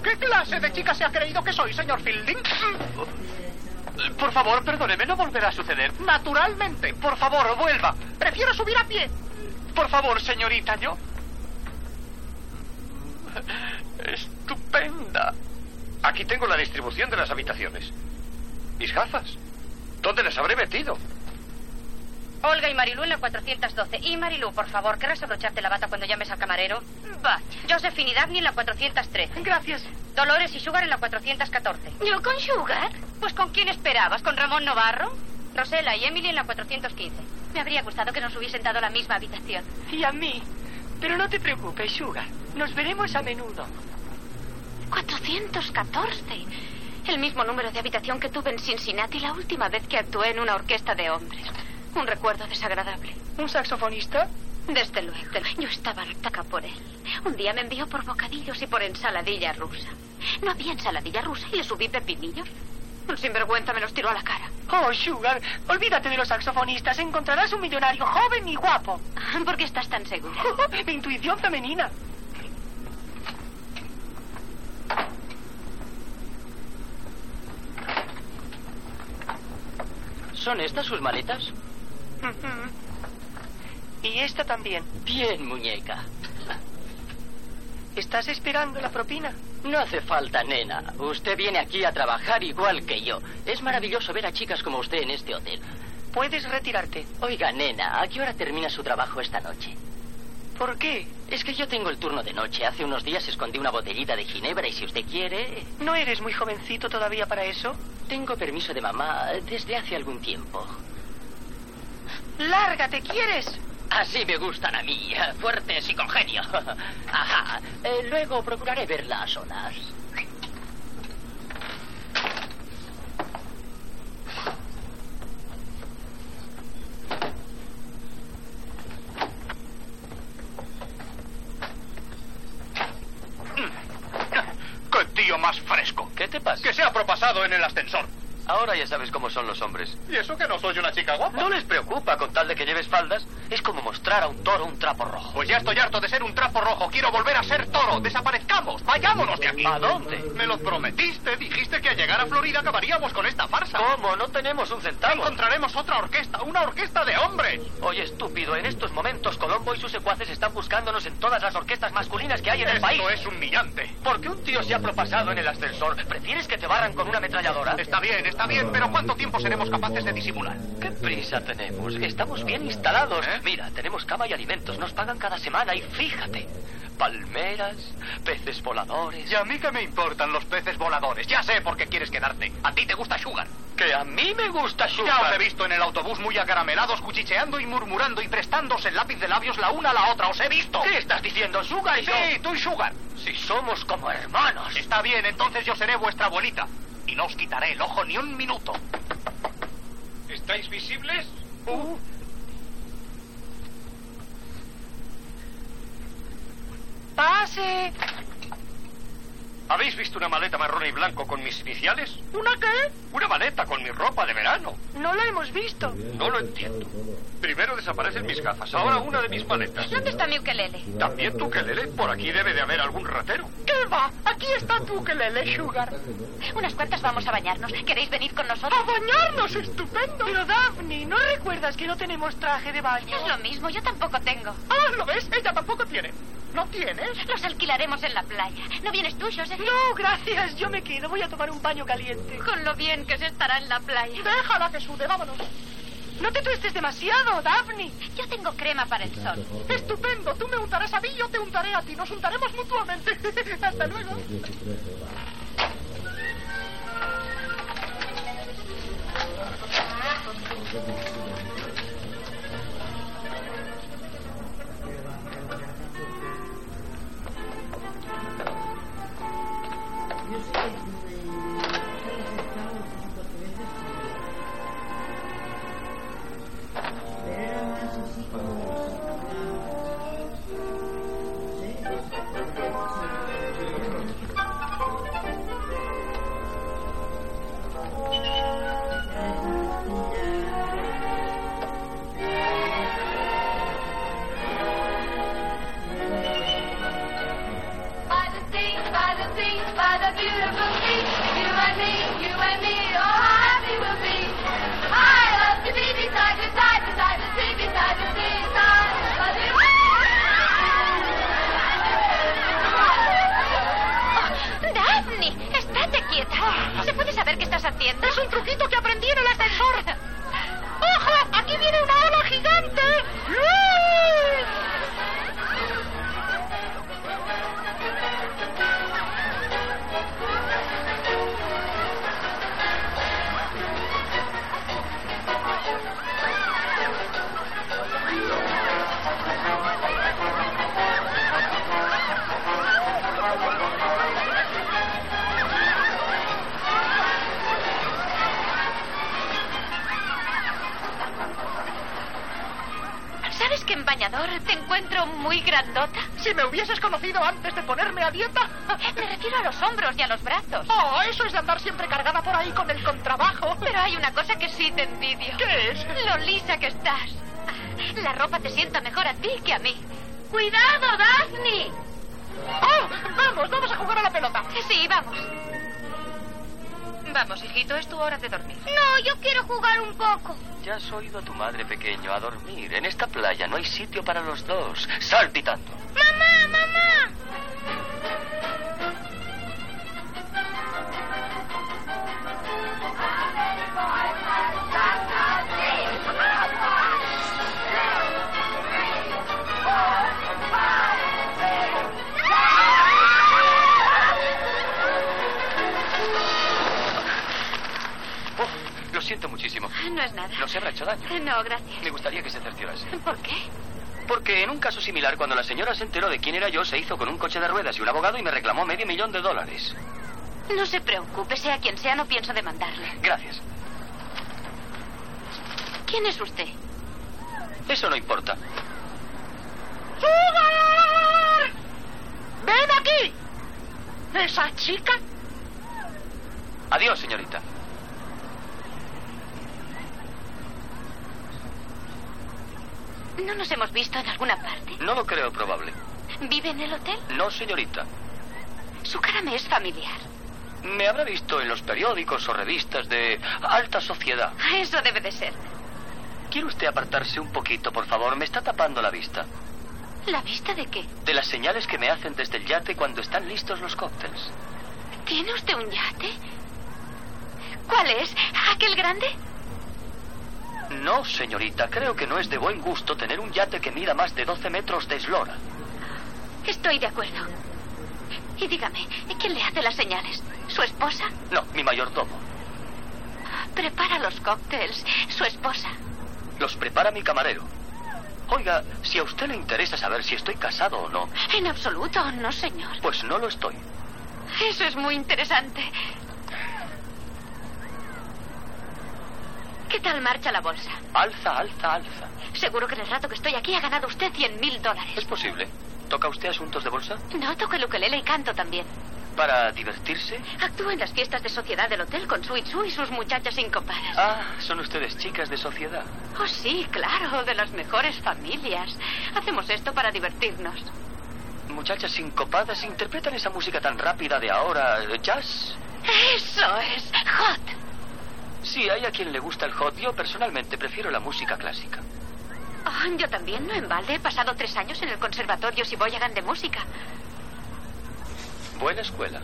¿Qué clase de chica se ha creído que soy, señor Fielding?
Por favor, perdóneme, no volverá a suceder.
Naturalmente.
Por favor, vuelva.
Prefiero subir a pie.
Por favor, señorita, yo. Estupenda.
Aquí tengo la distribución de las habitaciones. Mis gafas. ¿Dónde las habré metido?
Olga y Marilú en la 412. Y Marilú, por favor, ¿querrás abrocharte la bata cuando llames al camarero? Va. Josephine y Daphne en la 413. Gracias. Dolores y Sugar en la 414. ¿Yo con Sugar? Pues ¿con quién esperabas? ¿Con Ramón Novarro? Rosela y Emily en la 415.
Me habría gustado que nos hubiesen dado la misma habitación.
Y a mí. Pero no te preocupes, Sugar. Nos veremos a menudo.
414. El mismo número de habitación que tuve en Cincinnati la última vez que actué en una orquesta de hombres. Un recuerdo desagradable.
¿Un saxofonista?
Desde luego. Yo estaba hartaca por él. Un día me envió por bocadillos y por ensaladilla rusa. No había ensaladilla rusa y le subí pepinillos. Un sinvergüenza me los tiró a la cara.
Oh, Sugar, olvídate de los saxofonistas. Encontrarás un millonario joven y guapo.
¿Por qué estás tan segura?
Mi intuición femenina.
¿Son estas sus maletas?
Y esta también.
Bien, muñeca.
¿Estás esperando la propina?
No hace falta, nena. Usted viene aquí a trabajar igual que yo. Es maravilloso ver a chicas como usted en este hotel.
Puedes retirarte.
Oiga, nena, ¿a qué hora termina su trabajo esta noche?
¿Por qué?
Es que yo tengo el turno de noche. Hace unos días escondí una botellita de ginebra y si usted quiere...
¿No eres muy jovencito todavía para eso?
Tengo permiso de mamá desde hace algún tiempo.
¡Lárgate, quieres!
Así me gustan a mí, fuertes y con genio. Ajá. Eh, luego procuraré verla a solas.
¡Qué tío más fresco!
¿Qué te pasa?
¡Que se ha propasado en el ascensor!
Ahora ya sabes cómo son los hombres.
¿Y eso que no soy una chica guapa?
No les preocupa con tal de que lleves faldas. Es como mostrar a un toro un trapo rojo.
Pues ya estoy harto de ser un trapo rojo. Quiero volver a ser toro. Desaparezcamos. Vayámonos de aquí.
¿A dónde?
Me lo prometiste. Dijiste que al llegar a Florida acabaríamos con esta farsa.
¿Cómo? No tenemos un centavo.
Encontraremos otra orquesta. Una orquesta de hombres.
Oye, estúpido, en estos momentos Colombo y sus secuaces están buscándonos en todas las orquestas masculinas que hay en el
Esto
país.
es humillante.
¿Por qué un tío se ha propasado en el ascensor? ¿Prefieres que te barran con una ametralladora?
Está bien, está bien, pero ¿cuánto tiempo seremos capaces de disimular? ¿Eh?
¿Qué prisa tenemos? Estamos bien instalados. Mira, tenemos cama y alimentos. Nos pagan cada semana y fíjate. Palmeras, peces voladores.
¿Y a mí qué me importan los peces voladores? Ya sé por qué quieres quedarte. A ti te gusta Sugar.
Que a mí me gusta
Ya os he
Sugar.
visto en el autobús muy acaramelados, cuchicheando y murmurando y prestándose el lápiz de labios la una a la otra. ¡Os he visto!
¿Qué estás diciendo, Sugar? y yo?
Sí, tú y Sugar.
Si somos como hermanos.
Está bien, entonces yo seré vuestra abuelita. Y no os quitaré el ojo ni un minuto.
¿Estáis visibles?
Uh.
Uh.
¡Pase!
¿Habéis visto una maleta marrón y blanco con mis iniciales?
¿Una qué?
Una maleta con mi ropa de verano.
No la hemos visto.
No lo entiendo. Primero desaparecen mis gafas, ahora una de mis maletas.
¿Dónde está mi ukelele?
También tú que lele, por aquí debe de haber algún ratero.
¿Qué va? Aquí está tu ukelele, Sugar.
Unas cuantas vamos a bañarnos. ¿Queréis venir con
¡A
nosotros?
bañarnos, estupendo! Pero, Daphne, ¿no recuerdas que no tenemos traje de baño?
Es lo mismo, yo tampoco tengo.
Ah, ¿lo ves? Ella tampoco tiene. ¿No tienes?
Los alquilaremos en la playa. ¿No vienes tú, Josephine?
No, gracias, yo me quedo. Voy a tomar un baño caliente.
Con lo bien que se estará en la playa.
Déjala que sude, vámonos. No te tuestes demasiado, Daphne.
Yo tengo crema para el sol.
Estupendo. Tú me untarás a mí, yo te untaré a ti. Nos untaremos mutuamente. Hasta luego.
By the sea, by the sea, by the beautiful sea, you and me, you and me, oh happy we'll be. I love to be beside the side, beside the sea, beside the sea, side by the
Daphne, estate quieta. ¿Se puede saber qué estás haciendo? Es un truquito que aprendí en el ascensor. ¡Ojo! ¡Aquí viene una ola gigante! ¿Sabes que en bañador te encuentro muy grandota?
Si me hubieses conocido antes de ponerme a dieta.
Eh, Me refiero a los hombros y a los brazos.
Oh, eso es de andar siempre cargada por ahí con el contrabajo.
Pero hay una cosa que sí te envidio.
¿Qué es?
Lo lisa que estás. Ah, La ropa te sienta mejor a ti que a mí. ¡Cuidado, Daphne!
¡Oh! ¡Vamos, vamos a jugar a la pelota!
Sí, vamos. Vamos, hijito, es tu hora de dormir.
No, yo quiero jugar un poco.
Ya has oído a tu madre, pequeño, a dormir. En esta playa no hay sitio para los dos. Saltitando.
Ah,
¡Mamá, mamá!
Lo siento muchísimo.
Ah, No es nada. Ah,
No se habrá hecho daño.
No, gracias.
Me gustaría que se cerciorase.
¿Por qué?
Porque en un caso similar, cuando la señora se enteró de quién era yo, se hizo con un coche de ruedas y un abogado y me reclamó medio millón de dólares.
No se preocupe, sea quien sea, no pienso demandarle.
Gracias.
¿Quién es usted?
Eso no importa.
¡Sugar! ¡Ven aquí! ¿Esa chica?
Adiós, señorita.
¿No nos hemos visto en alguna parte?
No lo creo probable.
¿Vive en el hotel?
No, señorita.
Su cara me es familiar.
Me habrá visto en los periódicos o revistas de alta sociedad.
Ah, Eso debe de ser.
¿Quiere usted apartarse un poquito, por favor? Me está tapando la vista.
¿La vista de qué?
De las señales que me hacen desde el yate cuando están listos los cócteles.
¿Tiene usted un yate? ¿Cuál es? ¿Aquel grande?
No, señorita, creo que no es de buen gusto tener un yate que mira más de 12 metros de eslora.
Estoy de acuerdo. Y dígame, ¿quién le hace las señales? ¿Su esposa?
No, mi mayordomo.
Prepara los cócteles. Su esposa.
Los prepara mi camarero. Oiga, si a usted le interesa saber si estoy casado o no,
En absoluto, no, señor.
pues no lo estoy.
Eso es muy interesante. ¿Qué tal marcha la bolsa?
Alza, alza, alza.
Seguro que en el rato que estoy aquí ha ganado usted 100 mil dólares.
¿Es posible? ¿Toca usted asuntos de bolsa?
No, toco el ukelele y canto también.
¿Para divertirse?
Actúa en las fiestas de sociedad del hotel con Suizu y sus muchachas incopadas.
Ah, son ustedes chicas de sociedad.
Oh, sí, claro, de las mejores familias. Hacemos esto para divertirnos.
Muchachas sincopadas interpretan esa música tan rápida de ahora. ¿eh, ¿Jazz?
Eso es hot.
Sí, hay a quien le gusta el hot. Yo personalmente prefiero la música clásica.
Oh, yo también, no en balde. He pasado tres años en el conservatorio si voy a de música.
Buena escuela.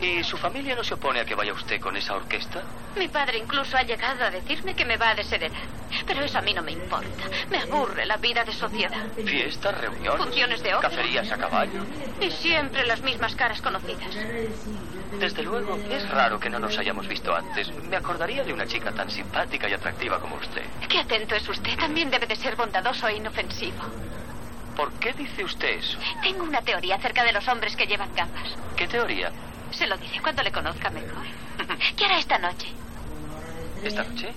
¿Y su familia no se opone a que vaya usted con esa orquesta?
Mi padre incluso ha llegado a decirme que me va a desheredar. Pero eso a mí no me importa. Me aburre la vida de sociedad.
Fiestas, reuniones.
Funciones de ópera.
Cacerías a caballo.
Y siempre las mismas caras conocidas.
Desde luego, es raro que no nos hayamos visto antes. Me acordaría de una chica tan simpática y atractiva como usted.
Qué atento es usted. También debe de ser bondadoso e inofensivo.
¿Por qué dice usted eso?
Tengo una teoría acerca de los hombres que llevan gafas.
¿Qué teoría?
Se lo diré cuando le conozca mejor. ¿Qué hará esta noche?
¿Esta noche?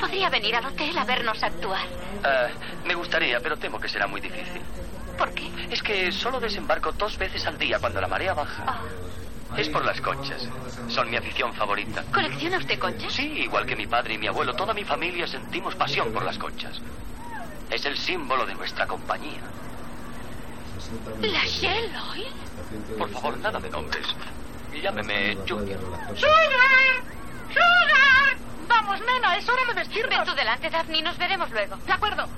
Podría venir al hotel a vernos actuar.
Ah, me gustaría, pero temo que será muy difícil.
¿Por qué?
Es que solo desembarco dos veces al día cuando la marea baja. Es por las conchas. Son mi afición favorita.
¿Colecciona usted conchas?
Sí, igual que mi padre y mi abuelo, toda mi familia sentimos pasión por las conchas. Es el símbolo de nuestra compañía.
¿La Shell Oil?
Por favor, nada de nombres. Llámeme Junior.
¡Sugar! ¡Sugar! Vamos, nena, es hora de vestirnos.
Ven tú delante, Daphne, y nos veremos luego. ¿De acuerdo?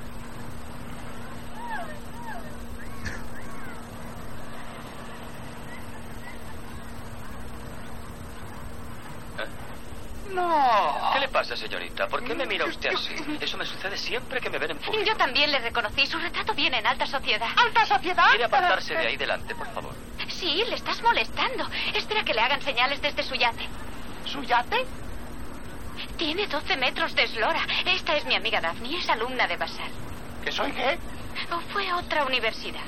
No. ¿Qué le pasa, señorita? ¿Por qué me mira usted así? Eso me sucede siempre que me ven en público.
Yo también le reconocí. Su retrato viene en alta sociedad.
¿Alta sociedad?
Quiere apartarse de ahí delante, por favor.
Sí, le estás molestando. Espera que le hagan señales desde su yate.
¿Su yate?
Tiene 12 metros de eslora. Esta es mi amiga Daphne, es alumna de Basal.
¿Que soy qué?
O fue a otra universidad.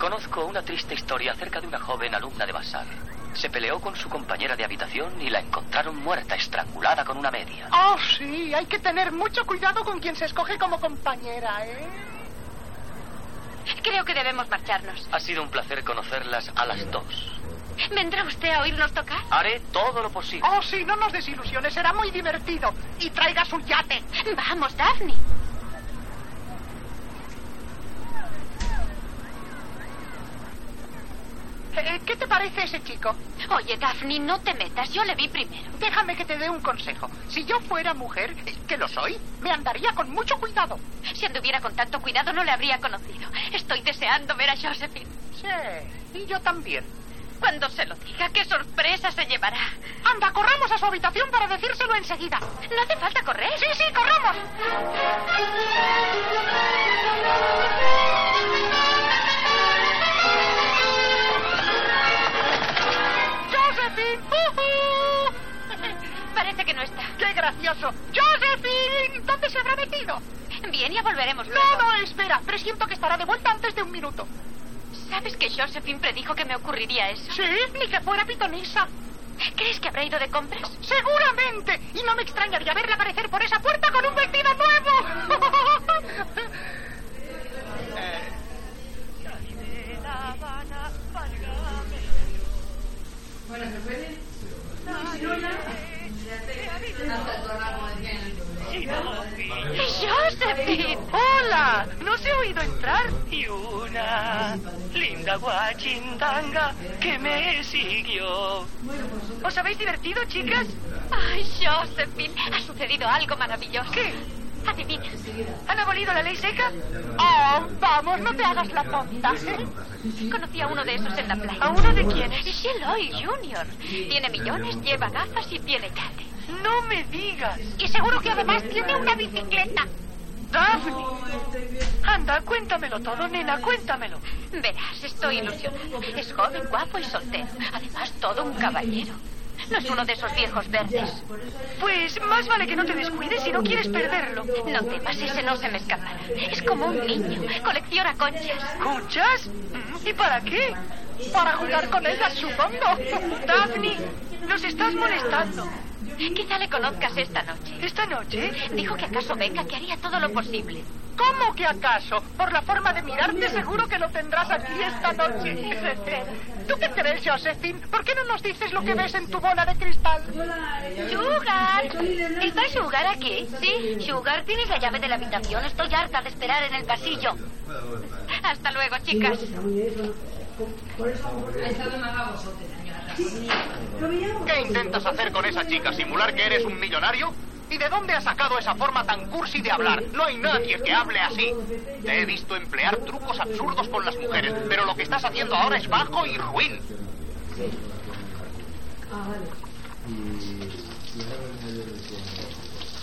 Conozco una triste historia acerca de una joven alumna de Basal. Se peleó con su compañera de habitación y la encontraron muerta, estrangulada con una media.
Oh, sí, hay que tener mucho cuidado con quien se escoge como compañera, ¿eh?
Creo que debemos marcharnos.
Ha sido un placer conocerlas a las dos.
¿Vendrá usted a oírnos tocar?
Haré todo lo posible.
Oh, sí, no nos desilusiones, será muy divertido. Y traiga su yate.
Vamos, Daphne.
Eh, ¿Qué te parece ese chico?
Oye, Daphne, no te metas. Yo le vi primero.
Déjame que te dé un consejo. Si yo fuera mujer, eh, que lo soy, me andaría con mucho cuidado.
Si anduviera con tanto cuidado, no le habría conocido. Estoy deseando ver a Josephine.
Sí, y yo también.
Cuando se lo diga, qué sorpresa se llevará.
Anda, corramos a su habitación para decírselo enseguida.
No hace falta correr.
Sí, sí, corramos. ¡Josephine! ¡Ujú!
Parece que no está.
¡Qué gracioso! ¡Josephine! ¿Dónde se habrá metido?
Bien, ya volveremos
No,
luego.
no, espera. Presiento que estará de vuelta antes de un minuto.
¿Sabes que Josephine predijo que me ocurriría eso?
Sí, ni que fuera pitonisa.
¿Crees que habrá ido de compras?
Seguramente. Y no me extrañaría verla aparecer por esa puerta con un vestido nuevo.
¡Josephine!
¡Hola! ¿No se ha oído entrar?
Y una linda guachindanga que me siguió.
¿Os habéis divertido, chicas?
¡Ay, Josephine! Ha sucedido algo maravilloso. ¿Qué? Adivina.
¿Han abolido la ley seca? Oh, vamos, no te hagas la tonta.
¿eh? Conocí a uno de esos en la playa.
¿A uno de quiénes?
Sheloy Junior. Tiene millones, lleva gafas y tiene yate.
No me digas.
Y seguro que además tiene una bicicleta.
Daphne. Anda, cuéntamelo todo, nena, cuéntamelo.
Verás, estoy ilusionada. Es joven, guapo y soltero. Además, todo un caballero. No es uno de esos viejos verdes.
Pues más vale que no te descuides si no quieres perderlo.
No temas, ese no se me escapará. Es como un niño. Colecciona conchas.
¿Escuchas? Mm, ¿Y para qué? Para jugar con ellas, supongo. Daphne, nos estás molestando.
Quizá le conozcas esta noche.
¿Esta noche?
Dijo que acaso venga, que haría todo lo posible.
¿Cómo que acaso? Por la forma de mirarte, seguro que lo tendrás aquí esta noche. ¿Tú qué crees, Josephine? ¿Por qué no nos dices lo que ves en tu bola de cristal?
Sugar, ¿está Sugar aquí? Sí, Sugar, tienes la llave de la habitación. Estoy harta de esperar en el pasillo. Hasta luego, chicas.
¿Qué intentas hacer con esa chica? ¿Simular que eres un millonario? ¿Y de dónde has sacado esa forma tan cursi de hablar? No hay nadie que hable así. Te he visto emplear trucos absurdos con las mujeres, pero lo que estás haciendo ahora es bajo y ruin.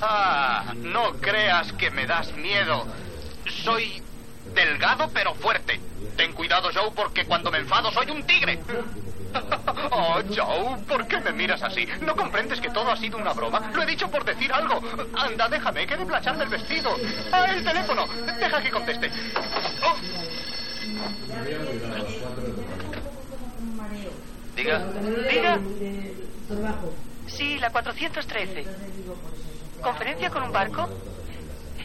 Ah, no creas que me das miedo. Soy delgado pero fuerte. Ten cuidado, Joe, porque cuando me enfado soy un tigre. Oh, Joe, ¿por qué me miras así? ¿No comprendes que todo ha sido una broma? Lo he dicho por decir algo. Anda, déjame, que he de plancharle el vestido. Ah, el teléfono. Deja que conteste. Oh.
Diga.
Diga. Sí, la 413. ¿Conferencia con un barco?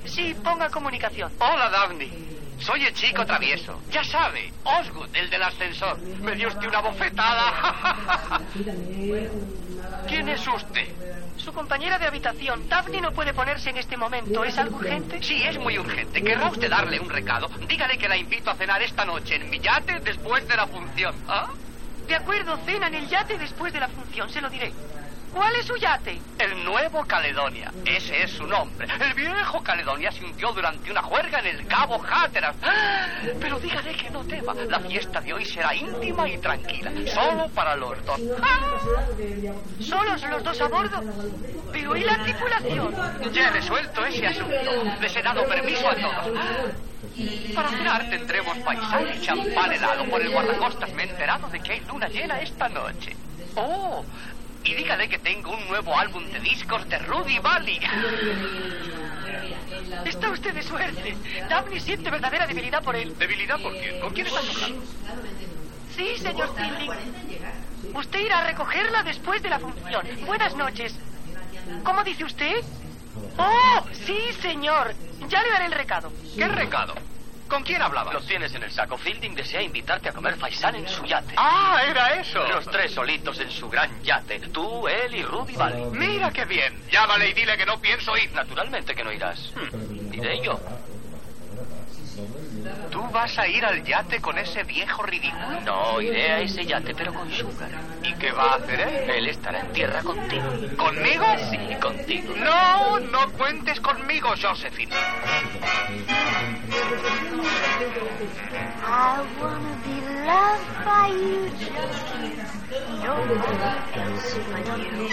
Sí, ponga comunicación.
Hola, Daphne. Soy el chico travieso. Ya sabe, Osgood, el del ascensor. Me dio usted una bofetada. ¿Quién es usted?
Su compañera de habitación, Daphne, no puede ponerse en este momento. ¿Es algo urgente?
Sí, es muy urgente. ¿Querrá usted darle un recado? Dígale que la invito a cenar esta noche en mi yate después de la función. ¿Ah?
De acuerdo, cena en el yate después de la función, se lo diré. ¿Cuál es su yate?
El Nuevo Caledonia. Ese es su nombre. El viejo Caledonia se hundió durante una juerga en el Cabo Hatteras. ¡Ah! Pero dígale que no tema. La fiesta de hoy será íntima y tranquila. Solo para los dos. ¡Ah!
¿Solos los dos a bordo? Pero ¿y la tripulación?
Ya he resuelto ese asunto. Les he dado permiso a todos. Para cenar tendremos paisano y champán helado por el guardacostas. Me he enterado de que hay luna llena esta noche. Oh, y dígale que tengo un nuevo álbum de discos de Rudy Valley.
Está usted de suerte. Daphne siente verdadera debilidad por él.
¿Debilidad por quién? ¿Con quién está tocando?
Sí, señor Fielding. Usted irá a recogerla después de la función. Buenas noches. ¿Cómo dice usted? ¡Oh! Sí, señor. Ya le daré el recado.
¿Qué recado? ¿Con quién hablaba?
Los tienes en el saco. Fielding desea invitarte a comer faisán en su yate.
Ah, era eso.
Los tres solitos en su gran yate. Tú, él y Ruby Valley.
Mira qué bien. Llámale y dile que no pienso ir.
Naturalmente que no irás. Iré yo.
Hmm. ¿Tú vas a ir al yate con ese viejo ridículo?
No, iré a ese yate, pero con Sugar.
¿Y qué va a hacer él?
Él estará en tierra contigo.
¿Conmigo?
Sí, contigo.
No, no cuentes conmigo, Josephine.
I wanna be loved by you, Joe. No one else but you.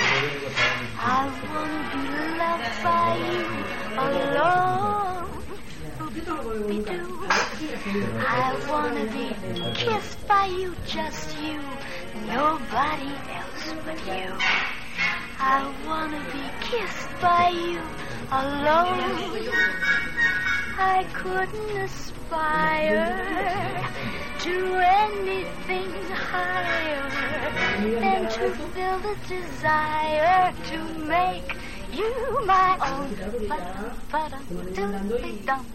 I wanna be loved by you alone. Me do. I wanna be kissed by you, just you. Nobody else but you. I wanna be kissed by you alone. I couldn't aspire to anything higher than to feel the desire to make you my own. Ba-dum-ba-dum-dum-dum-dum.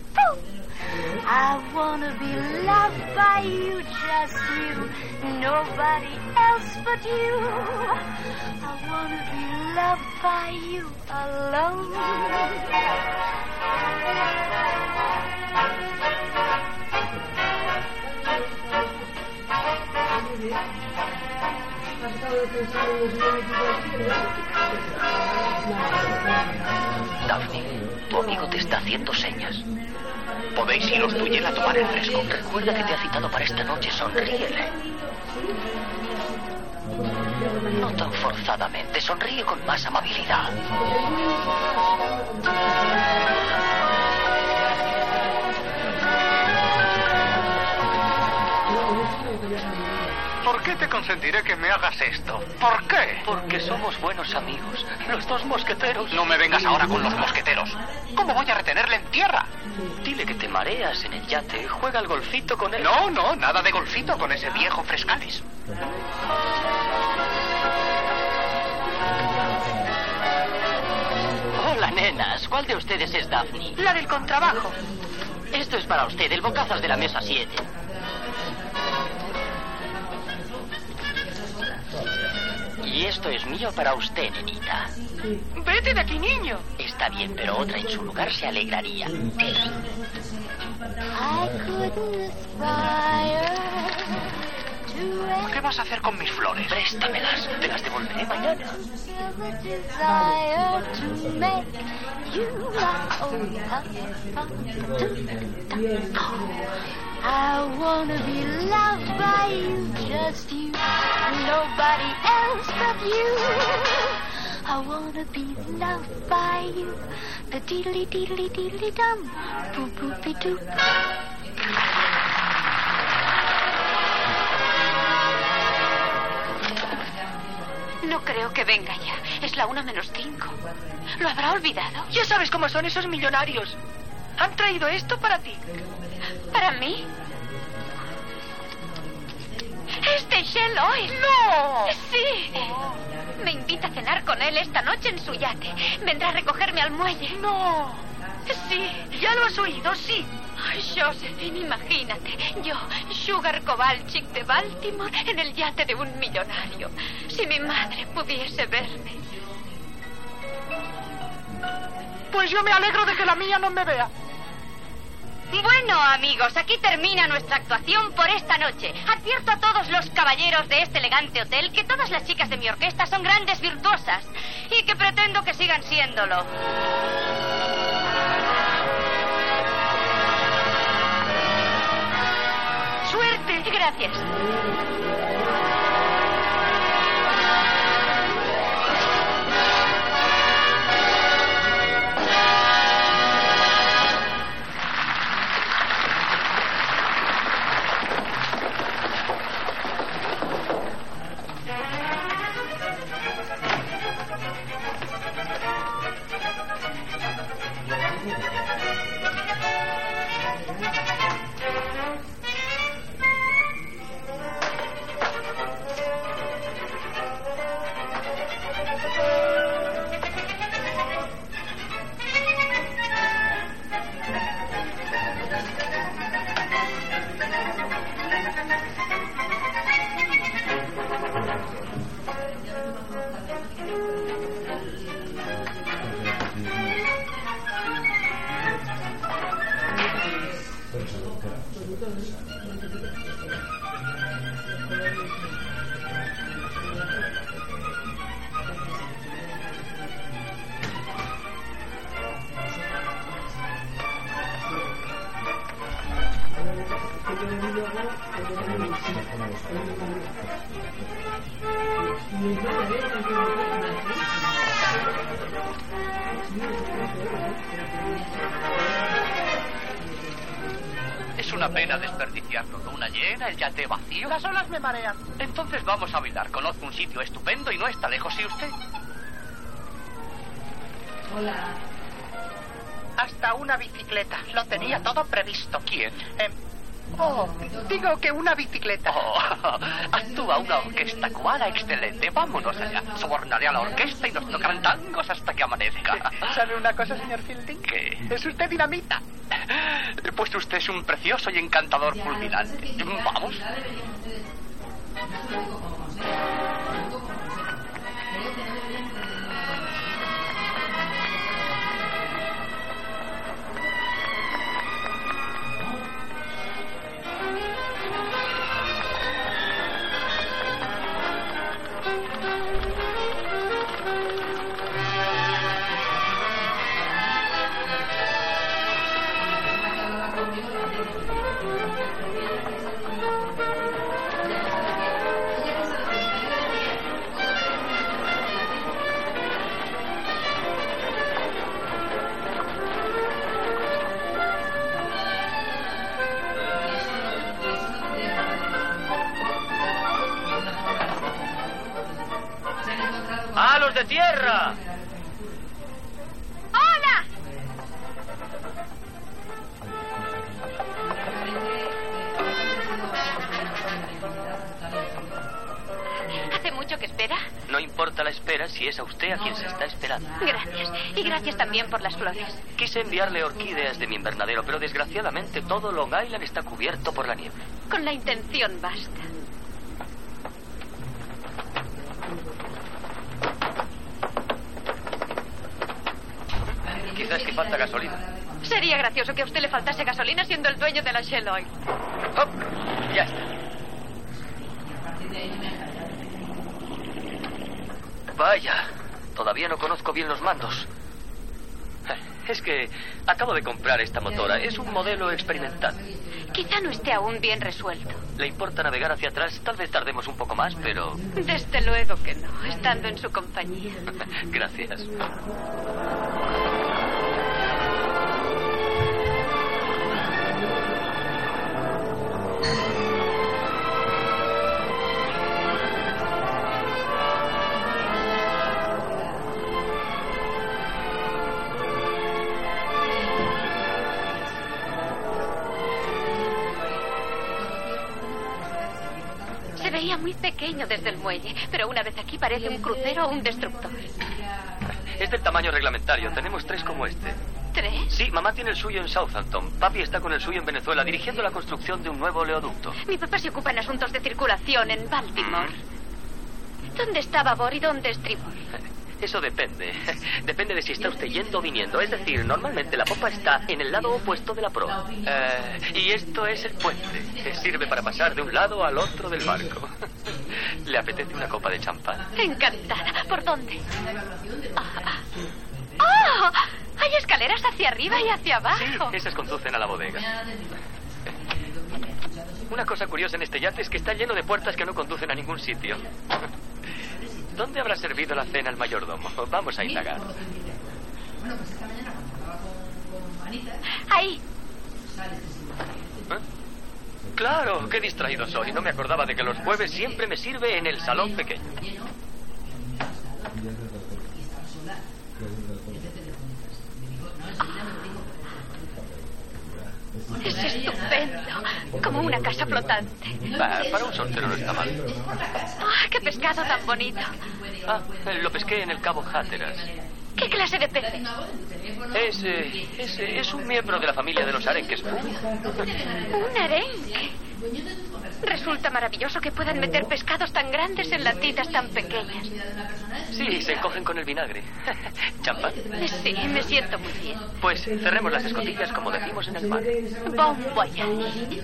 I wanna be loved by you, just you, nobody else but you. I wanna be loved by you alone.
Daphne, tu amigo te está haciendo señas.
Podéis ir los Tuyel a tomar el fresco.
Recuerda que te ha citado para esta noche. Sonríele. No tan forzadamente. Sonríe con más amabilidad.
¿Por qué te consentiré que me hagas esto? ¿Por qué?
Porque somos buenos amigos. Los dos mosqueteros.
No me vengas ahora con los mosqueteros. ¿Cómo voy a retenerle en tierra?
Dile que te mareas en el yate. Juega al golfito con él.
No, no, nada de golfito con ese viejo Frescales.
Hola, nenas. ¿Cuál de ustedes es Daphne?
La del contrabajo.
Esto es para usted, el bocazas de la mesa 7. Y esto es mío para usted, nenita.
Vete de aquí, niño.
Está bien, pero otra en su lugar se alegraría.
I couldn't aspire to
¿Qué vas a hacer con mis flores?
Préstamelas. Te las devolveré mañana.
feel the desire to make you my own. Dum, dum, dum, dum, dum. I wanna be loved by you, just you, nobody else but you. I wanna be loved by you, the diddly diddly diddly dum, boop boopy doop.
No creo que venga ya. Es la una menos cinco. ¿Lo habrá olvidado?
Ya sabes cómo son esos millonarios. Han traído esto para ti.
¿Para mí? ¿Este ¡Es de Shell Oil!
¡No!
¡Sí! Me invita a cenar con él esta noche en su yate. Vendrá a recogerme al muelle.
¡No!
Sí.
¿Ya lo has oído? Sí.
Ay, Josephine, imagínate. Yo, Sugar Kovalchik de Baltimore, en el yate de un millonario. Si mi madre pudiese verme.
Pues yo me alegro de que la mía no me vea.
Bueno, amigos, aquí termina nuestra actuación por esta noche. Advierto a todos los caballeros de este elegante hotel que todas las chicas de mi orquesta son grandes virtuosas y que pretendo que sigan siéndolo.
¡Suerte!
Gracias.
Es una pena desperdiciarlo. Una llena, el yate vacío.
Las olas me marean.
Entonces vamos a bailar. Conozco un sitio estupendo y no está lejos. ¿Y usted?
Hola. Hasta una bicicleta. Lo tenía todo previsto.
¿Quién?
Em, oh, digo que una bicicleta.
Oh.
Oh,
Actúa una orquesta cubana excelente. Vámonos allá. Sobornaré a la orquesta y nos tocarán tangos hasta que amanezca.
¿Sabe una cosa, señor Fielding?
¿Qué?
Es usted dinamita.
Eh,
Pues usted es un precioso y encantador fulminante. Vamos.
¡A los de tierra!
¡Hola! ¿Hace mucho que espera?
No importa la espera si es a usted a quien se está esperando.
Gracias. Y gracias también por las flores.
Quise enviarle orquídeas de mi invernadero, pero desgraciadamente todo Long Island está cubierto por la nieve.
Con la intención basta.
Quizás que falta gasolina.
Sería gracioso que a usted le faltase gasolina siendo el dueño de la Shell Oil.
¡Hop! Ya está. Vaya, todavía no conozco bien los mandos.
Es que acabo de comprar esta motora. Es un modelo experimental.
Quizá no esté aún bien resuelto.
Le importa navegar hacia atrás. Tal vez tardemos un poco más, pero.
Desde luego que no, estando en su compañía.
Gracias.
Se veía muy pequeño desde el muelle, pero una vez aquí parece un crucero o un destructor.
Es del tamaño reglamentario. Tenemos tres como este.
¿Tres?
Sí, mamá tiene el suyo en Southampton. Papi está con el suyo en Venezuela, dirigiendo la construcción de un nuevo oleoducto.
Mi papá se ocupa en asuntos de circulación en Baltimore. ¿Dónde está babor y dónde es tribor?
Eso depende. Depende de si está usted yendo o viniendo. Es decir, normalmente la popa está en el lado opuesto de la proa.
Eh, y esto es el puente. Eh, Sirve para pasar de un lado al otro del barco. ¿Le apetece una copa de champán?
Encantada. ¿Por dónde? Ah, ah. ¡Oh! Hay escaleras hacia arriba y hacia abajo.
Esas conducen a la bodega. Una cosa curiosa en este yate es que está lleno de puertas que no conducen a ningún sitio. ¿Dónde habrá servido la cena el mayordomo? Vamos a indagar.
Ahí.
Claro, qué distraído soy. No me acordaba de que los jueves siempre me sirve en el salón pequeño.
Es estupendo. Como una casa flotante.
Bah, para un soltero no está mal.
¡Ah, ¡Qué pescado tan bonito!
Ah, lo pesqué en el Cabo Hatteras.
¿Qué clase de peces?
Es, eh, es, eh, es un miembro de la familia de los arenques.
Un arenque. Resulta maravilloso que puedan meter pescados tan grandes en latitas tan pequeñas.
Sí, se encogen con el vinagre. ¿Champán?
Sí, me siento muy bien.
Pues cerremos las escotillas como decimos en el mar.
Bon voyage.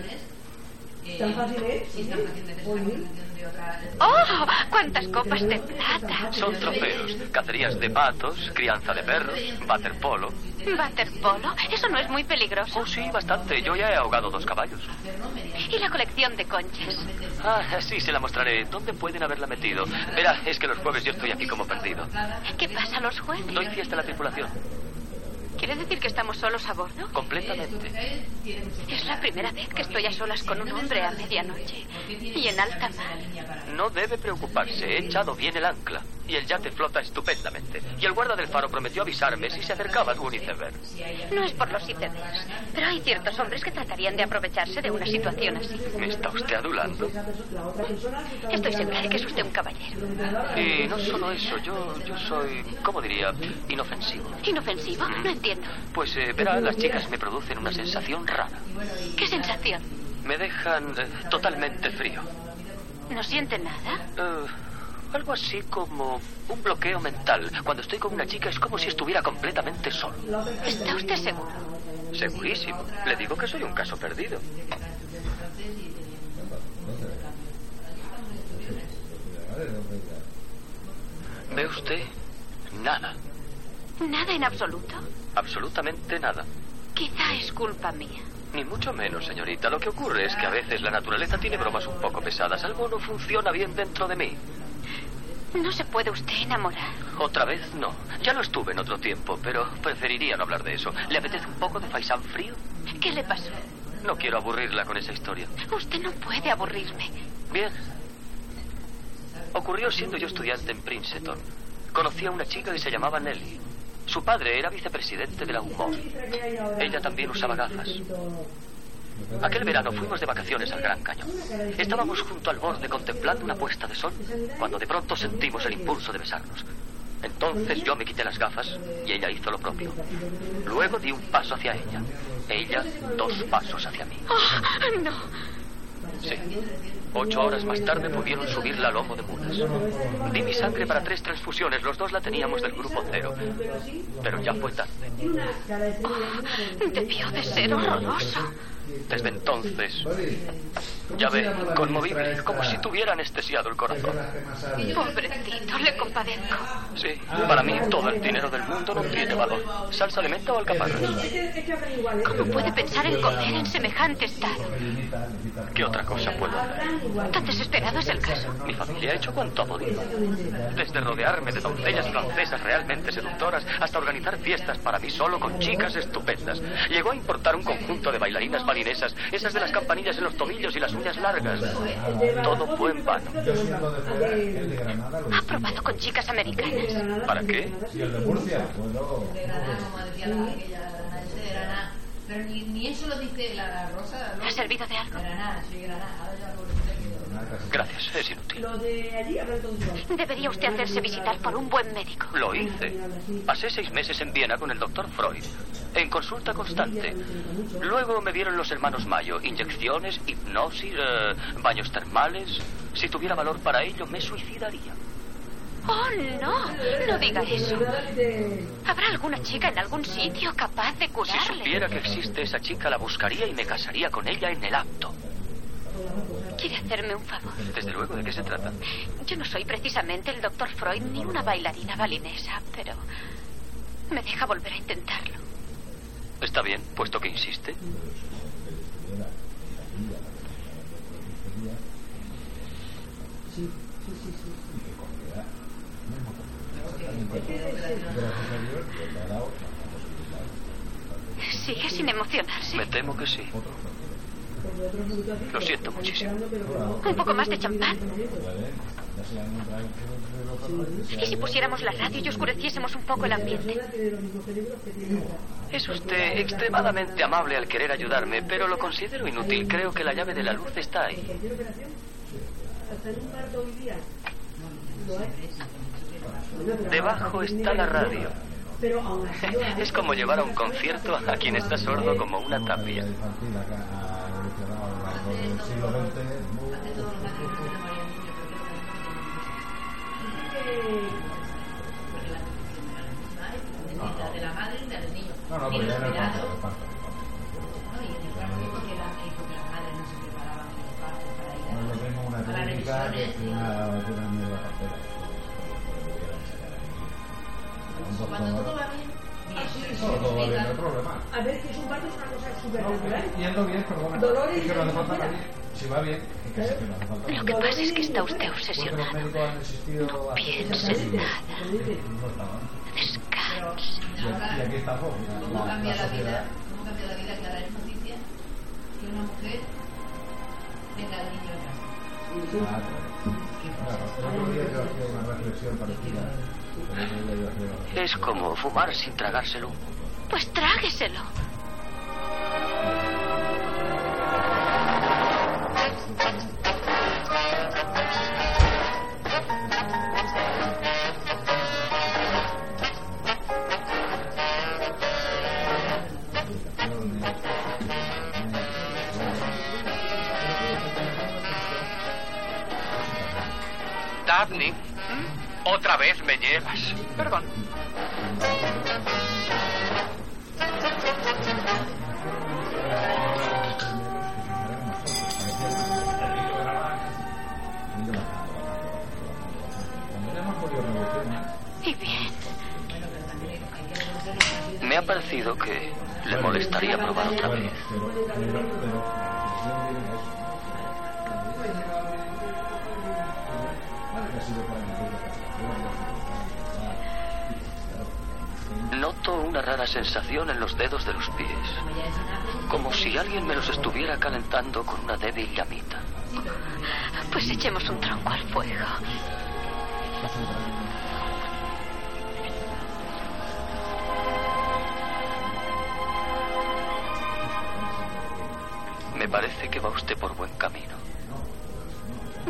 ¡Oh! ¡Cuántas copas de plata!
Son trofeos, cacerías de patos, crianza de perros, waterpolo.
Waterpolo, eso no es muy peligroso.
Oh, sí, bastante. Yo ya he ahogado dos caballos.
¿Y la colección de conchas?
Ah, sí, se la mostraré. ¿Dónde pueden haberla metido? Verá, es que los jueves yo estoy aquí como perdido.
¿Qué pasa los jueves?
Doy fiesta a la tripulación,
¿Quiere decir que estamos solos a bordo?
completamente.
Es la primera vez que estoy a solas con un hombre a medianoche y en alta mar.
No debe preocuparse, he echado bien el ancla. Y el yate flota estupendamente. Y el guarda del faro prometió avisarme si se acercaba algún iceberg.
No es por los icebergs, pero hay ciertos hombres que tratarían de aprovecharse de una situación así.
¿Me está usted adulando?
Estoy segura de que es usted un caballero.
Y no solo eso, yo, yo soy, ¿cómo diría? Inofensivo.
¿Inofensivo? No entiendo.
Pues eh, verá, las chicas me producen una sensación rara.
¿Qué sensación?
Me dejan eh, totalmente frío.
¿No siente nada?
Eh, algo así como un bloqueo mental. Cuando estoy con una chica es como si estuviera completamente solo.
¿Está usted seguro?
Segurísimo. Le digo que soy un caso perdido. ¿Ve usted? Nada.
Nada en absoluto.
Absolutamente nada.
Quizá es culpa mía.
Ni mucho menos, señorita. Lo que ocurre es que a veces la naturaleza tiene bromas un poco pesadas. Algo no funciona bien dentro de mí.
No se puede usted enamorar.
Otra vez no. Ya lo estuve en otro tiempo, pero preferiría no hablar de eso. ¿Le apetece un poco de faisán frío?
¿Qué le pasó?
No quiero aburrirla con esa historia.
Usted no puede aburrirme.
Bien. Ocurrió siendo yo estudiante en Princeton. Conocí a una chica que se llamaba Nelly. Su padre era vicepresidente de la UMOL. Ella también usaba gafas. Aquel verano fuimos de vacaciones al Gran Cañón. Estábamos junto al borde contemplando una puesta de sol cuando de pronto sentimos el impulso de besarnos. Entonces yo me quité las gafas y ella hizo lo propio. Luego di un paso hacia ella. Ella dos pasos hacia mí.
Oh, no.
Sí. Ocho horas más tarde pudieron subirla al lomo de mulas. Di mi sangre para tres transfusiones. Los dos la teníamos del grupo cero. Pero ya fue tarde.
Debió de ser horroroso.
Desde entonces Ya ve, conmovible, como si tuviera anestesiado el corazón.
Pobrecito, le compadezco.
Sí, para mí todo el dinero del mundo no tiene valor. Salsa de menta o alcaparras.
¿Cómo puede pensar en comer en semejante estado?
¿Qué otra cosa puedo hacer?
Tan desesperado es el caso.
Mi familia ha hecho cuanto ha podido. Desde rodearme de doncellas francesas realmente seductoras hasta organizar fiestas para mí solo con chicas estupendas. Llegó a importar un conjunto de bailarinas balinesas, esas de las campanillas en los tomillos y las uñas largas. Todo fue en vano.
Ha probado con chicas americanas.
¿Para qué?
Pero ni, ni eso lo dice la rosa. ¿no?
¿Ha servido de algo?
Granada, sí, Granada. Ahora ya por-
Gracias, es inútil.
Debería usted hacerse visitar por un buen médico.
Lo hice. Pasé seis meses en Viena con el doctor Freud, en consulta constante. Luego me dieron los hermanos Mayo, inyecciones, hipnosis, eh, baños termales. Si tuviera valor para ello, me suicidaría.
Oh, no, no diga eso. ¿Habrá alguna chica en algún sitio capaz de curarle?
Viera que existe esa chica, la buscaría y me casaría con ella en el acto.
¿Quiere hacerme un favor?
Desde luego, ¿de qué se trata?
Yo no soy precisamente el doctor Freud ni una bailarina balinesa, pero me deja volver a intentarlo.
Está bien, puesto que insiste.
Sigue sin emocionarse.
Me temo que sí. Lo siento muchísimo.
Un poco más de champán. ¿Y si pusiéramos la radio y oscureciésemos un poco el ambiente?
Es usted extremadamente amable al querer ayudarme, pero lo considero inútil. Creo que la llave de la luz está ahí. Debajo está la radio. Es como llevar a un concierto a quien está sordo como una tapia.
la de la madre y la del niño.
No, no,
Y
pero ya en
los
el
cuidados,
parto, en el parto.
¿no? Y en el parto, porque la- que- porque las madres no se preparaban en el parto para ir
No
a-
es lo mismo una
para
clínica
revisiones,
que
sí.
una, que una nueva cartera. Un
Pues Cuando todo
doctor.
va bien, bien, se
Todo, todo va bien,
explica.
no hay problema.
A ver, que es un parto es una cosa supernatural.
Yendo bien, perdona.
Dolores
Es que no hace
y
falta
felicidad.
nadie. Si va bien, es que sí que no hace falta
Lo
nadie.
que pasa es que está usted
Porque los
obsesionado.
médicos han insistido hace
piense
años.
en nada.
No estaban. Y, y aquí estamos. mira,
¿Cómo
la-
cambia
la
la vida?
sociedad.
¿Cómo cambia la vida que ahora es noticia? Que una mujer venga al niño a
Ah, Claro,
casa.
el otro día yo hacía una reflexión parecida. El otro día yo hacía una
Es como fumar sin tragárselo.
Pues trágueselo.
Daphne,
¿Mm?
otra vez me llevas. Perdón.
Y bien.
Me ha parecido que le molestaría probar otra vez. Noto una rara sensación en los dedos de los pies, como si alguien me los estuviera calentando con una débil llamita.
Pues echemos un tronco al fuego.
Me parece que va usted por buen camino.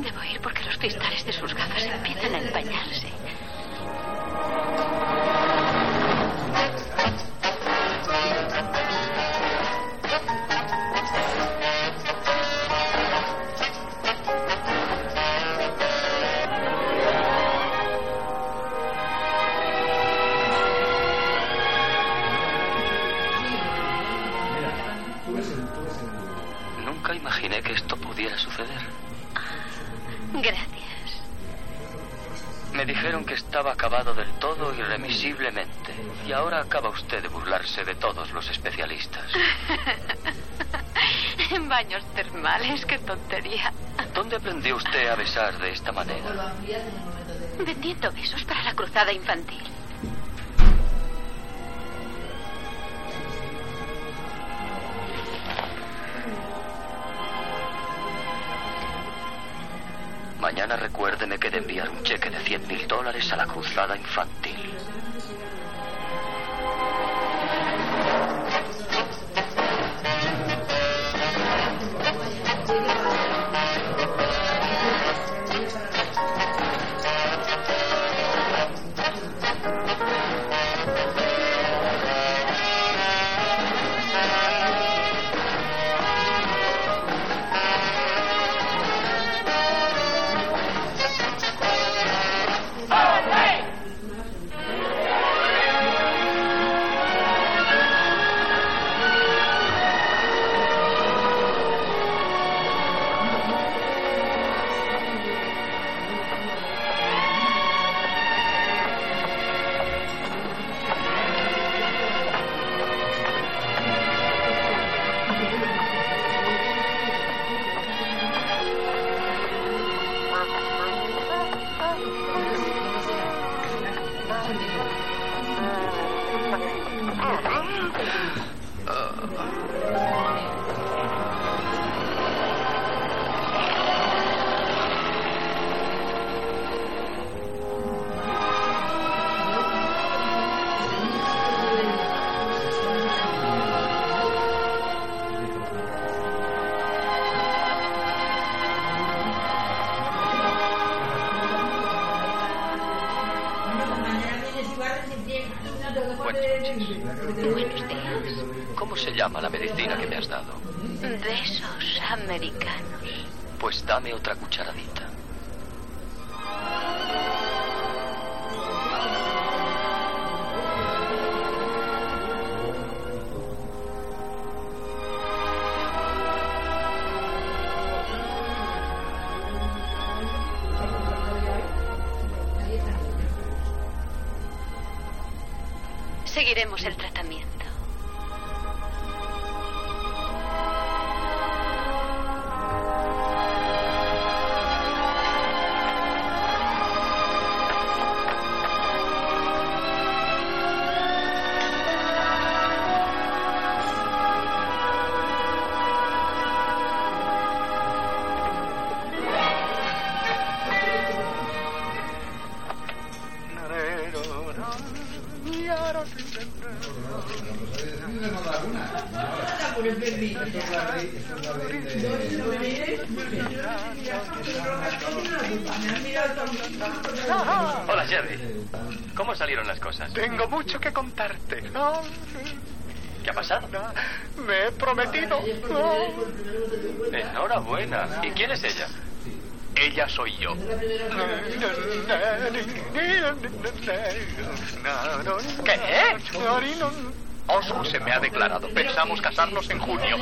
Debo ir porque los cristales de sus gafas empiezan a empañarse.
Nunca imaginé que esto pudiera suceder.
Gracias.
Me dijeron que estaba acabado del todo irremisiblemente. Y ahora acaba usted de burlarse de todos los especialistas.
En baños termales, qué tontería.
¿Dónde aprendió usted a besar de esta manera?
Vendiendo besos para la cruzada infantil.
Mañana recuérdeme que de enviar un cheque de 100 mil dólares a la cruzada infantil. ¿Cómo se llama la medicina que me has dado?
Besos americanos.
Pues dame otra cucharadita.
Seguiremos el tratamiento.
Hola, Jerry. ¿Cómo salieron las cosas?
Tengo mucho que contarte. No,
¿Qué ha pasado?
me he prometido. No.
Enhorabuena. ¿Y quién es ella?
Ella soy yo.
¿Qué?
Oswald se me ha declarado. Pensamos casarnos en junio.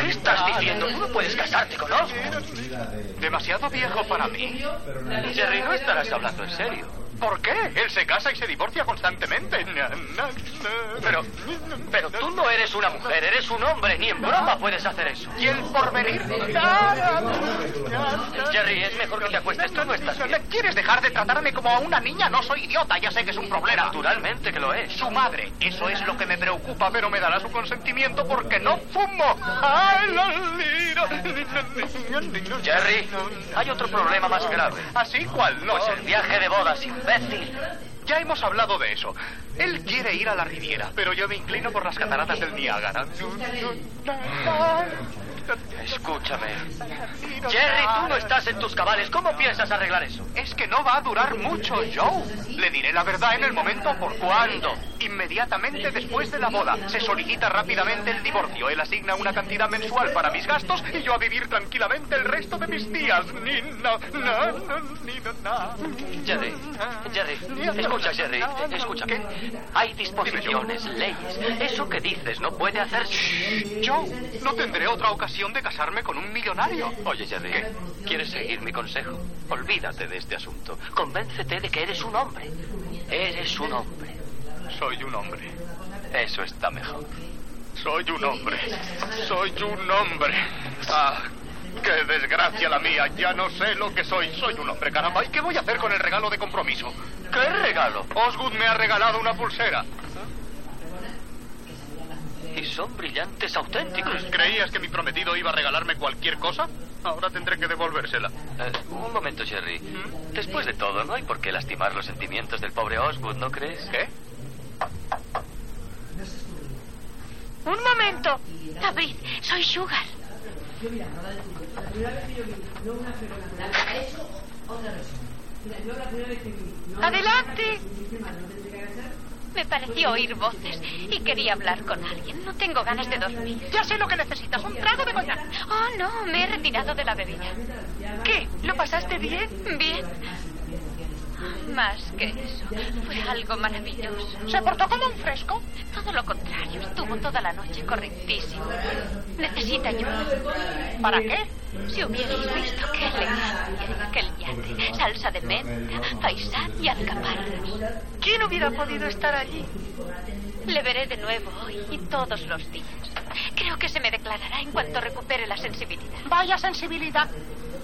¿Qué estás diciendo?
Tú no puedes casarte con Oswald.
Demasiado viejo para mí.
Jerry, no estarás hablando en serio.
¿Por qué? Él se casa y se divorcia constantemente. Na, na, na. Pero,
pero tú no eres una mujer, eres un hombre. Ni en broma puedes hacer eso.
¿y el porvenir?
Jerry, es mejor que te acuestes. Tú no estás bien.
¿Quieres dejar de tratarme como a una niña? No soy idiota, ya sé que es un problema.
Naturalmente que lo es.
Su madre, eso es lo que me preocupa, pero me dará su consentimiento porque no fumo. Ay, la lira.
Jerry, hay otro problema más grave.
¿Así ¿Ah, cuál? No
Pues el viaje de bodas, imbécil.
Ya hemos hablado de eso. Él quiere ir a la Riviera, pero yo me inclino por las cataratas del Niágara.
Escúchame. Jerry, tú no estás en tus cabales. ¿Cómo piensas arreglar eso?
Es que no va a durar mucho, Joe. Le diré la verdad en el momento por
¿Cuándo?
inmediatamente después de la boda. Se solicita rápidamente el divorcio. Él asigna una cantidad mensual para mis gastos y yo a vivir tranquilamente el resto de mis días. Ni na, na, na, ni na, na.
Jerry, Jerry, escucha, Jerry, escúchame. Hay disposiciones, leyes. Eso que dices no puede hacerse.
Yo no tendré otra ocasión de casarme con un millonario.
Oye, Jerry, ¿quieres seguir mi consejo? Olvídate de este asunto. Convéncete de que eres un hombre. Eres un hombre.
Soy un hombre.
Eso está mejor.
Soy un hombre. Soy un hombre. Ah, qué desgracia la mía. Ya no sé lo que soy. Soy un hombre, caramba. ¿Y qué voy a hacer con el regalo de compromiso? ¿Qué regalo? Osgood me ha regalado una pulsera.
Y son brillantes auténticos.
¿Creías que mi prometido iba a regalarme cualquier cosa? Ahora tendré que devolvérsela.
Eh, un momento, Jerry.
¿Mm?
Después de todo, no hay por qué lastimar los sentimientos del pobre Osgood, ¿no crees?
¿Qué?
Un momento.
David, soy Sugar.
Adelante.
Me pareció oír voces y quería hablar con alguien. No tengo ganas de dormir.
Ya sé lo que necesitas, un trago de coñac.
Oh, no, me he retirado de la bebida.
¿Qué? ¿Lo pasaste bien?
Bien. Más que eso, fue algo maravilloso.
¿Se portó como un fresco?
Todo lo contrario, estuvo toda la noche correctísimo. Necesita ayuda.
¿Para qué?
Si hubierais visto qué elegancia en aquel yate, salsa de menta, paisán y alcaparras.
¿Quién hubiera podido estar allí?
Le veré de nuevo hoy y todos los días. Creo que se me declarará en cuanto recupere la sensibilidad.
Vaya sensibilidad.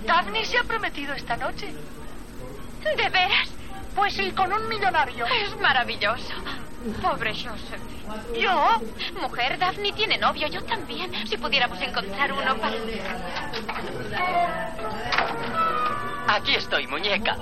Daphne se ha prometido esta noche.
¿De veras?
Pues sí, con un millonario.
Es maravilloso. Pobre Josephine.
¿Yo?
Mujer, Daphne tiene novio, yo también. Si pudiéramos encontrar uno para...
Aquí estoy, muñeca.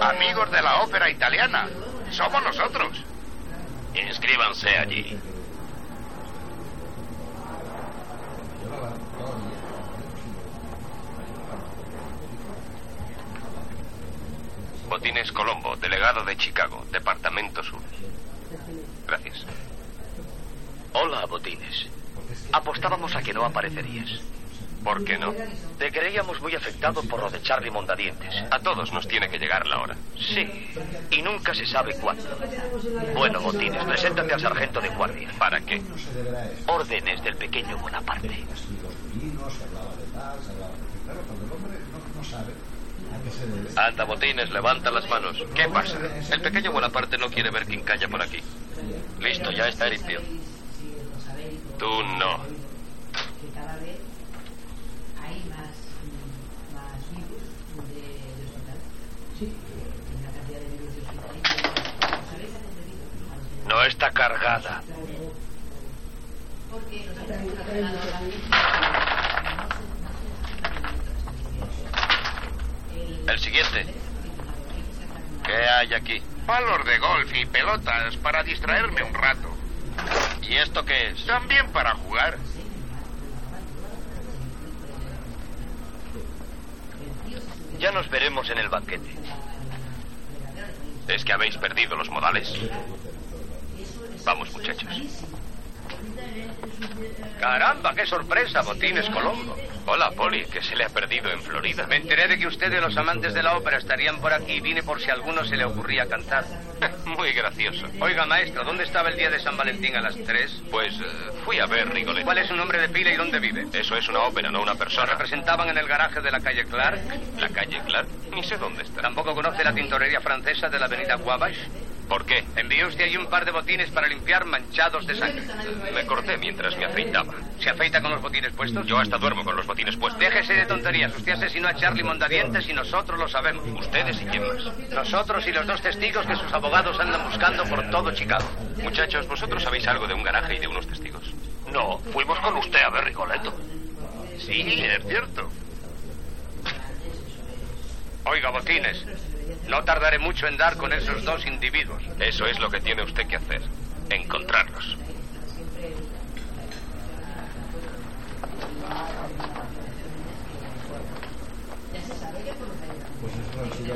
Amigos de la ópera italiana, somos nosotros.
Inscríbanse allí.
Botines Colombo, delegado de Chicago, Departamento Sur. Gracias.
Hola, Botines. Apostábamos a que no aparecerías.
¿Por qué no?
Te creíamos muy afectado por lo de Charlie Mondadientes.
A todos nos tiene que llegar la hora.
Sí, y nunca se sabe cuándo. Bueno, Botines, preséntate al sargento de guardia.
¿Para qué?
Órdenes del pequeño Bonaparte.
Anda, Botines, levanta las manos. ¿Qué pasa? El pequeño Bonaparte no quiere ver quincalla por aquí.
Listo, ya está limpio.
Tú no.
No está cargada.
El siguiente. ¿Qué hay aquí?
Palos de golf y pelotas para distraerme un rato.
¿Y esto qué es?
También para jugar.
Ya nos veremos en el banquete.
Es que habéis perdido los modales. Vamos, muchachos.
Caramba, qué sorpresa, Botines Colombo.
Hola, Polly, que se le ha perdido en Florida.
Me enteré de que ustedes, los amantes de la ópera, estarían por aquí. Vine por si a alguno se le ocurría cantar.
Muy gracioso.
Oiga, maestro, ¿dónde estaba el día de San Valentín a las tres?
Pues eh, fui a ver Rigolet.
¿Cuál es su nombre de pila y dónde vive?
Eso es una ópera, no una persona.
¿Lo representaban en el garaje de la calle Clark?
¿La calle Clark? Ni sé dónde está.
¿Tampoco conoce la tintorería francesa de la avenida Wabash?
¿Por qué?
Envié usted ahí un par de botines para limpiar manchados de sangre.
Me corté mientras me afeitaba.
¿Se afeita con los botines puestos?
Yo hasta duermo con los botines puestos.
Déjese de tonterías. Usted asesinó a Charlie Mondadientes y nosotros lo sabemos.
¿Ustedes y quién más?
Nosotros y los dos testigos que sus abogados andan buscando por todo Chicago.
Muchachos, ¿vosotros sabéis algo de un garaje y de unos testigos?
No, fuimos con usted a ver Rigoletto.
Sí, es cierto.
Oiga, botines, no tardaré mucho en dar con esos dos individuos.
Eso es lo que tiene usted que hacer. Encontrarlos.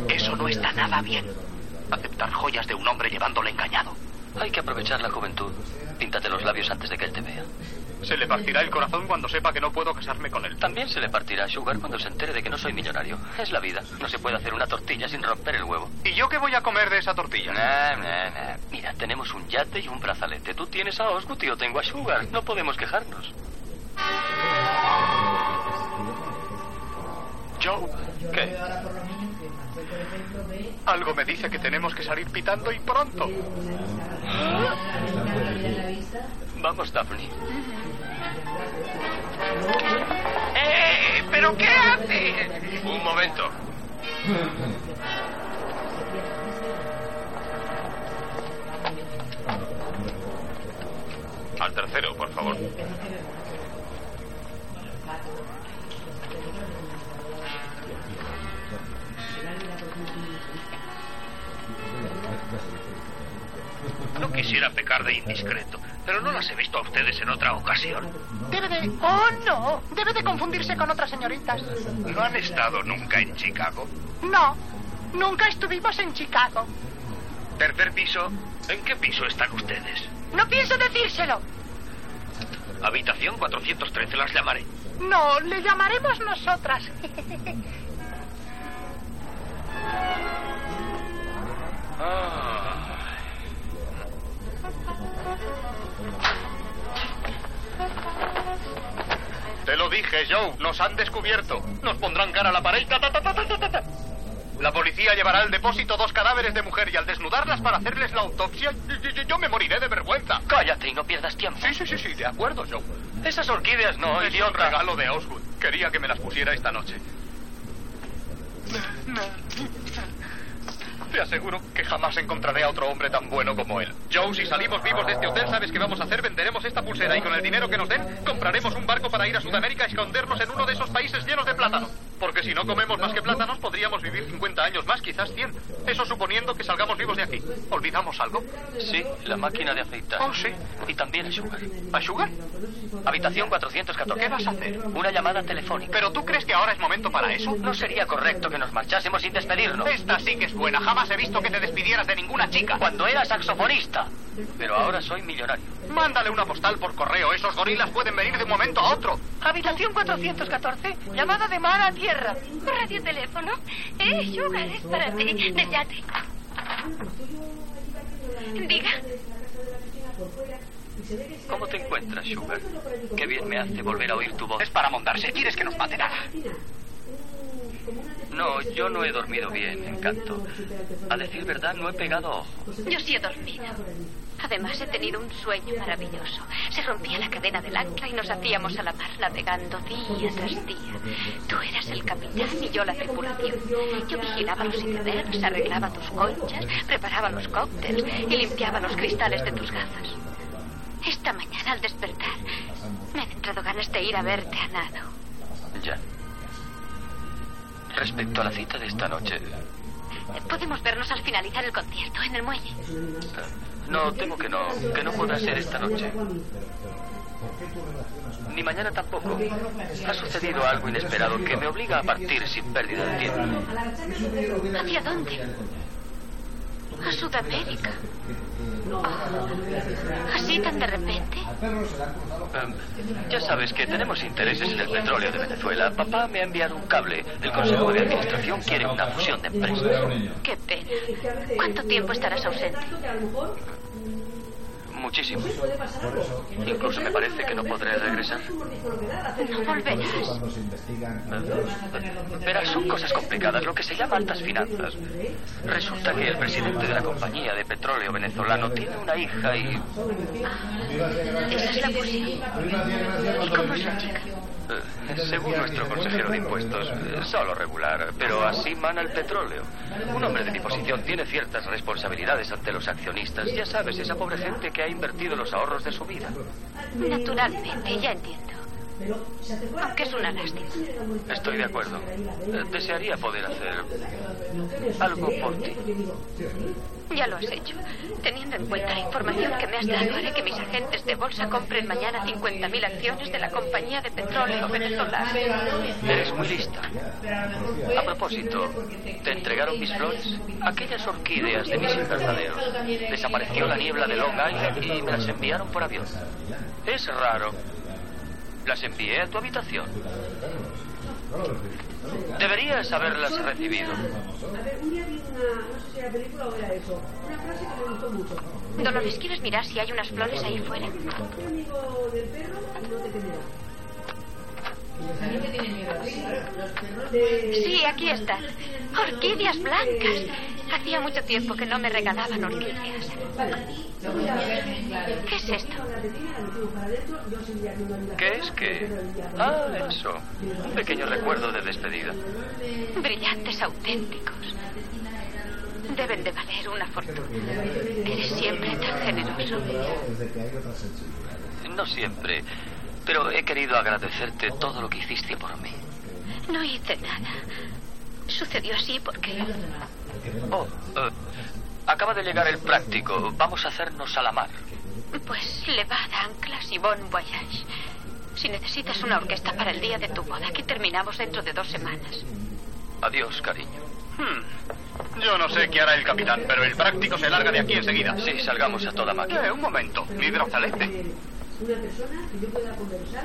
Eso no está nada bien. Aceptar joyas de un hombre llevándole engañado.
Hay que aprovechar la juventud. Píntate los labios antes de que él te vea.
Se le partirá el corazón cuando sepa que no puedo casarme con él.
También se le partirá a Sugar cuando se entere de que no soy millonario. Es la vida. No se puede hacer una tortilla sin romper el huevo.
¿Y yo qué voy a comer de esa tortilla?
Nah, nah, nah. Mira, tenemos un yate y un brazalete. Tú tienes a Osgood y yo tengo a Sugar. No podemos quejarnos.
Joe,
¿Qué?
algo me dice que tenemos que salir pitando y pronto.
Vamos, Daphne.
¡Eh! ¿Pero qué haces?
Un momento. Al tercero, por favor.
No quisiera pecar de indiscreto, pero no las he visto a ustedes en otra ocasión.
Debe de... ¡Oh, no! Debe de confundirse con otras señoritas.
¿No han estado nunca en Chicago?
No, nunca estuvimos en Chicago.
¿Tercer piso? ¿En qué piso están ustedes?
No pienso decírselo.
Habitación 413, las llamaré.
No, le llamaremos nosotras.
Te lo dije, Joe. Nos han descubierto. Nos pondrán cara a la pared. ta, ta, ta, ta, ta, ta, ta. La policía llevará al depósito dos cadáveres de mujer y al desnudarlas para hacerles la autopsia, yo, yo- yo me moriré de vergüenza.
Cállate y no pierdas tiempo.
Sí, sí, sí, sí, de acuerdo, Joe.
Esas orquídeas no,
es un regalo de Osgood. Quería que me las pusiera esta noche. Te aseguro que jamás encontraré a otro hombre tan bueno como él. Joe, si salimos vivos de este hotel, ¿sabes qué vamos a hacer? Venderemos esta pulsera y con el dinero que nos den, compraremos un barco para ir a Sudamérica y escondernos en uno de esos países llenos de plátanos. Porque si no comemos más que plátanos, podríamos vivir 50 años más, quizás 100. Eso suponiendo que salgamos vivos de aquí. ¿Olvidamos algo?
Sí, la máquina de afeitar.
Oh, sí.
Y también a Sugar.
¿A Sugar?
Habitación 414.
¿Qué vas a hacer?
Una llamada telefónica.
¿Pero tú crees que ahora es momento para eso?
No sería correcto que nos marchásemos sin despedirnos.
Esta sí que es buena. Jamás he visto que te despidieras de ninguna chica.
Cuando era saxofonista. Pero ahora soy millonario.
Mándale una postal por correo. Esos gorilas pueden venir de un momento a otro.
Habitación 414, llamada de mar a tierra.
Radioteléfono. Eh, Sugar, es para ti. Del yate. Diga.
¿Cómo te encuentras, Sugar? Qué bien me hace volver a oír tu voz.
Es para montarse. ¿Quieres que nos maten?
No, yo no he dormido bien, encanto. A decir verdad, no he pegado ojo.
Yo sí he dormido. Además, he tenido un sueño maravilloso. Se rompía la cadena del ancla y nos hacíamos a la mar navegando día tras día. Tú eras el capitán y yo la tripulación. Yo vigilaba los icebergs, arreglaba tus conchas, preparaba los cócteles y limpiaba los cristales de tus gafas. Esta mañana, al despertar, me han entrado ganas de ir a verte a nado.
Ya. Respecto a la cita de esta noche, eh,
Podemos vernos al finalizar el concierto en el muelle.
no, temo que no, que no podrá ser esta noche. Ni mañana tampoco. Ha sucedido algo inesperado que me obliga a partir sin pérdida de tiempo.
¿Hacia dónde? A Sudamérica. Oh, así tan de repente.
Em, ya sabes que tenemos intereses en el petróleo de Venezuela. Papá me ha enviado un cable. El Consejo de Administración quiere una fusión de empresas.
Qué pena. ¿Cuánto tiempo estarás ausente?
Muchísimo. Incluso me parece que no podré regresar.
No volverás.
Verás, son cosas complicadas, lo que se llama altas finanzas. Resulta que el presidente de la compañía de petróleo venezolano tiene una hija y...
Esa es la fusión. ¿Y cómo es la chica?
eh, Según nuestro consejero de impuestos, eh, solo regular, pero así mana el petróleo. Un hombre de mi posición tiene ciertas responsabilidades ante los accionistas. Ya sabes, esa pobre gente que ha invertido los ahorros de su vida.
Naturalmente, ya entiendo. Aunque es una lástima.
Estoy de acuerdo. Eh, Desearía poder hacer algo por ti.
Ya lo has hecho. Teniendo en cuenta la información que me has dado, haré que mis agentes de bolsa compren mañana 50.000 acciones de la compañía de petróleo venezolana.
Eres muy lista. A propósito, te entregaron mis flores, aquellas orquídeas de mis invernaderos. Desapareció la niebla de Long Island y me las enviaron por avión. Es raro. Las envié a tu habitación. Deberías haberlas recibido.
A ver, un día vi una, no sé si era película o era eso, una frase que me gustó mucho.
Dolores, ¿quieres mirar si hay unas flores ahí fuera?
Un amigo del perro no te tendrá.
Sí, aquí están. Orquídeas blancas. Hacía mucho tiempo que no me regalaban orquídeas. ¿Qué es esto?
¿Qué es que? Ah, eso. Un pequeño recuerdo de despedida.
Brillantes auténticos. Deben de valer una fortuna. Eres siempre tan generoso.
Desde que hay otra sensibilidad.
No siempre, pero he querido agradecerte todo lo que hiciste por mí.
No hice nada. Sucedió así porque...
Oh, eh, acaba de llegar el práctico. Vamos a hacernos a la mar.
Pues levada anclas y bon voyage. Si necesitas una orquesta para el día de tu boda, que terminamos dentro de dos semanas.
Adiós, cariño.
Hmm.
Yo no sé qué hará el capitán, pero el práctico se larga de aquí enseguida.
Sí, salgamos a toda máquina.
Eh, un momento. Mi brazalete.
Una persona que yo pueda conversar.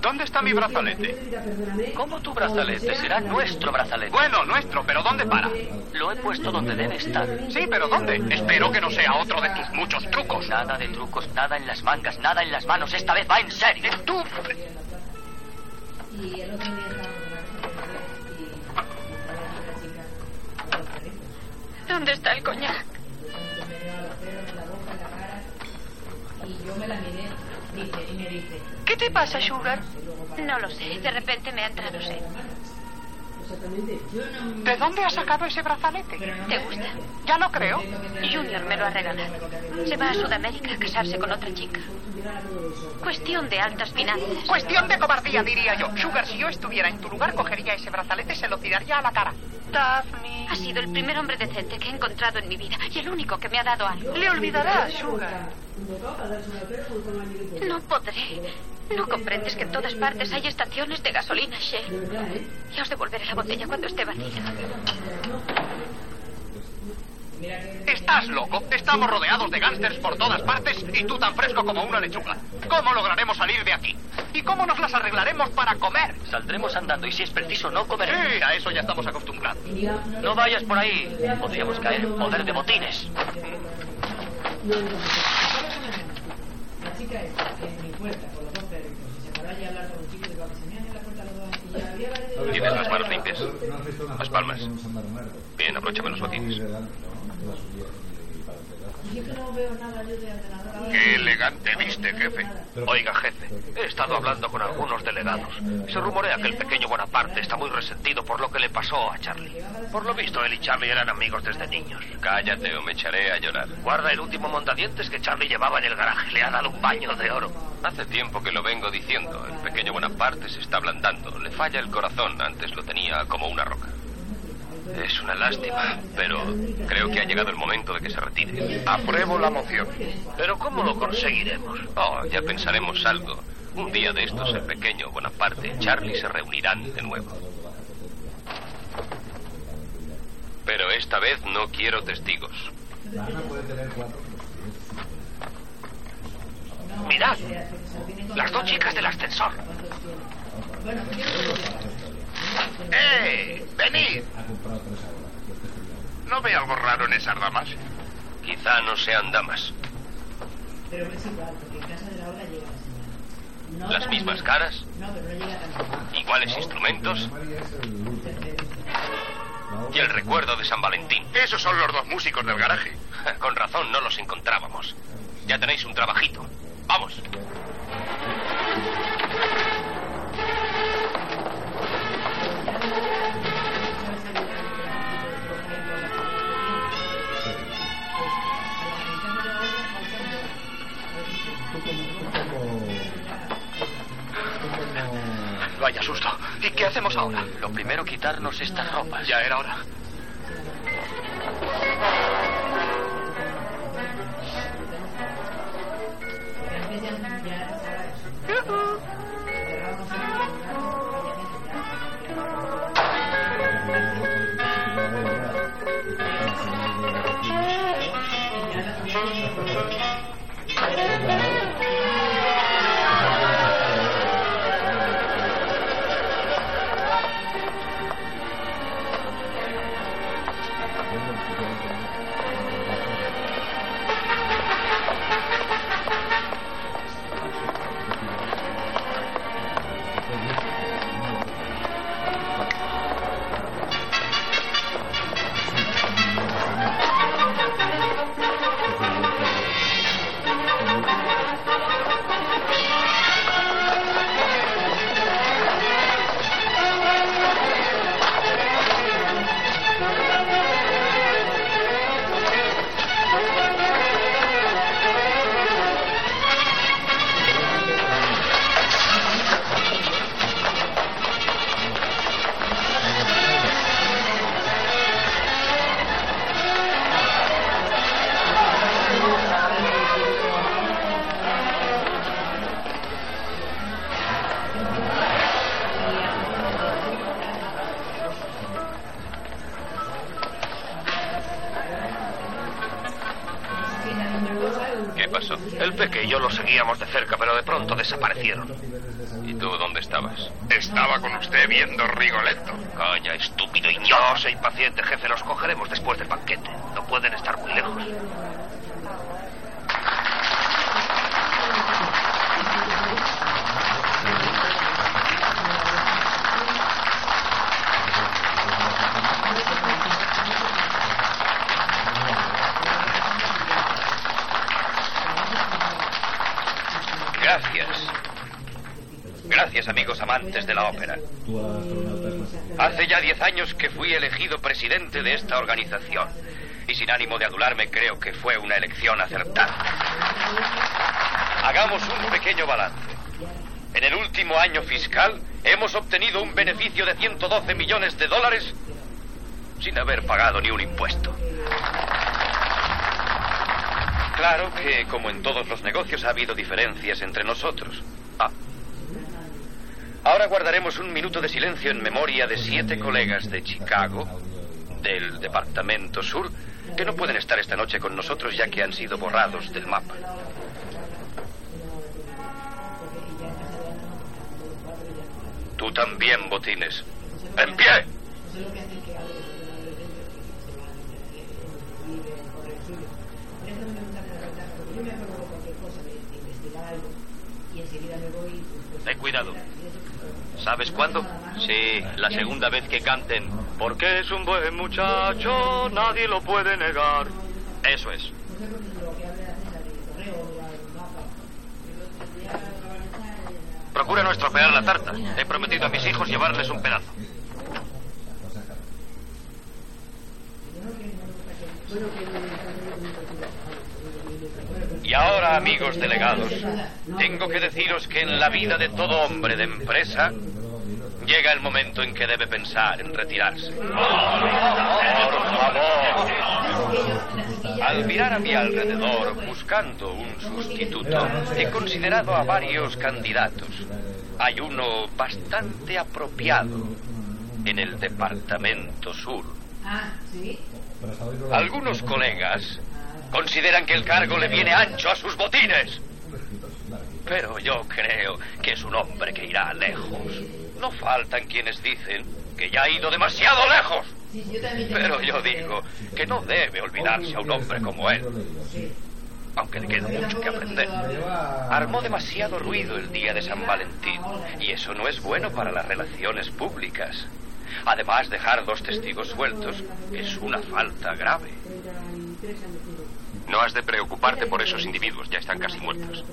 ¿Dónde está mi brazalete?
¿Cómo tu brazalete? Será nuestro brazalete.
Bueno, nuestro, pero ¿dónde para?
Lo he puesto donde debe estar.
Sí, pero ¿dónde? Espero que no sea otro de tus muchos trucos.
Nada de trucos, nada en las mangas, nada en las manos. Esta vez va en serio.
¡Tú!
Y el otro día estábamos en la casa y la chica
¿Dónde está el coñac?
me veo a los perros en la boca, en la cara. Y yo me la miré dice, y me dice,
¿Qué te pasa, Sugar? No lo sé. De repente me ha entrado sed.
exactamente, yo no
¿De dónde has sacado ese brazalete?
¿Te gusta?
Ya lo creo.
Junior me lo ha regalado. Se va a Sudamérica a casarse con otra chica. Cuestión de altas finanzas. Pues
Cuestión de cobardía, diría yo. Sugar, si yo estuviera en tu lugar, cogería ese brazalete y se lo tiraría a la cara. Daphne.
Ha sido el primer hombre decente que he encontrado en mi vida y el único que me ha dado algo.
Le olvidarás, Sugar.
No podré. ¿No comprendes que en todas partes hay estaciones de gasolina, Shell? Ya os devolveré la botella cuando esté vacía.
¿Estás loco? Estamos rodeados de gángsters por todas partes y tú tan fresco como una lechuga. ¿Cómo lograremos salir de aquí? ¿Y cómo nos las arreglaremos para comer?
Saldremos andando y si es preciso no comeremos.
Sí, a eso ya estamos acostumbrados.
No vayas por ahí. Podríamos caer en poder de botines.
La chica esta, que en mi puerta, con los dos perritos, y se paró allí a hablar con un chico y digo, que se me hace la puerta los dos y ya había varios de-
Tienes las manos limpias. Las palmas. Bien, abróchame los botines.
Y es que no veo nada yo de ordenador ahora.
Qué elegante viste, jefe. Oiga, jefe, he estado hablando con algunos delegados. Se rumorea que el pequeño Bonaparte está muy resentido por lo que le pasó a Charlie. Por lo visto, él y Charlie eran amigos desde niños.
Cállate o me echaré a llorar.
Guarda el último mondadientes que Charlie llevaba en el garaje. Le ha dado un baño de oro.
Hace tiempo que lo vengo diciendo. El pequeño Bonaparte se está ablandando. Le falla el corazón. Antes lo tenía como una roca.
Es una lástima, pero creo que ha llegado el momento de que se retire.
Apruebo la moción.
Pero ¿cómo lo conseguiremos?
Oh, ya pensaremos algo. Un día de estos, el pequeño Bonaparte y Charlie se reunirán de nuevo. Pero esta vez no quiero testigos.
Ana puede tener cuatro. pues,
Mirad, las dos chicas del ascensor. ¡Eh! ¡Venid! ¿No ve algo raro en esas damas?
Quizá no sean damas.
Pero me es igual, porque en casa de la hora llega la señora. No
Las
tan
mismas
bien.
caras,
No, pero no llega tan bien.
iguales instrumentos y el recuerdo de San Valentín.
Esos son los dos músicos del garaje.
Con razón no los encontrábamos. Ya tenéis un trabajito. Vamos.
Tú como... Tú como... tú como-
hacemos ahora? Lo primero, quitarnos estas ropas.
Ya era hora.
¿Qué pasó? El pequeño lo seguíamos de cerca, pero de pronto desaparecieron. ¿Y tú dónde estabas? Estaba con usted viendo Rigoletto. Calla, estúpido idiota. No soy paciente, jefe. Los cogeremos después del banquete. No pueden estar muy lejos.
Gracias.
Gracias, amigos amantes de la ópera.
Tú a astronautas no sé qué.
Hace ya diez años que fui elegido presidente de esta organización. Y sin ánimo de adularme, creo que fue una elección acertada. Hagamos un pequeño balance. En el último año fiscal hemos obtenido un beneficio de 112 millones de dólares sin haber pagado ni un impuesto. Claro que, como en todos los negocios, ha habido diferencias entre nosotros. Ah. Ahora guardaremos un minuto de silencio en memoria de siete colegas de Chicago, del Departamento Sur, que no pueden estar esta noche con nosotros ya que han sido borrados del mapa. Tú también, botines. ¡En pie!
Ten cuidado. ¿Sabes cuándo? Sí, la segunda vez que canten. Porque es un buen muchacho, nadie lo puede negar. Eso es.
Procura no estropear la tarta. He prometido a mis hijos llevarles un pedazo.
Y ahora, amigos delegados, tengo que deciros que en la vida de todo hombre de empresa llega el momento en que debe pensar en retirarse. Por favor. Al mirar a mi alrededor buscando un sustituto, he considerado a varios candidatos. Hay uno bastante apropiado en el Departamento Sur.
Ah, sí.
Algunos colegas consideran que el cargo le viene ancho a sus botines. Pero yo creo que es un hombre que irá lejos. No faltan quienes dicen que ya ha ido demasiado lejos. Pero yo digo que no debe olvidarse a un hombre como él. Aunque le queda mucho que aprender. Armó demasiado ruido el día de San Valentín y eso no es bueno para las relaciones públicas. Además, dejar dos testigos sueltos es una falta grave.
No has de preocuparte por esos individuos, ya están casi muertos.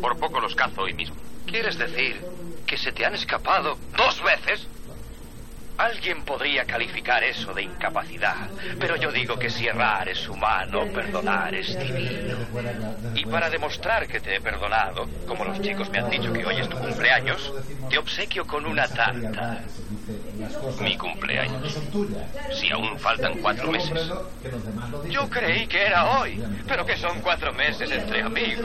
Por poco los cazo hoy mismo.
¿Quieres decir que se te han escapado dos veces? Alguien podría calificar eso de incapacidad, pero yo digo que si errar es humano, perdonar es divino. Y para demostrar que te he perdonado, como los chicos me han dicho que hoy es tu cumpleaños, te obsequio con una tarta.
Mi cumpleaños.
Son tuyas.
Si aún faltan cuatro meses.
Yo
creí que era hoy, pero que son cuatro meses entre amigos.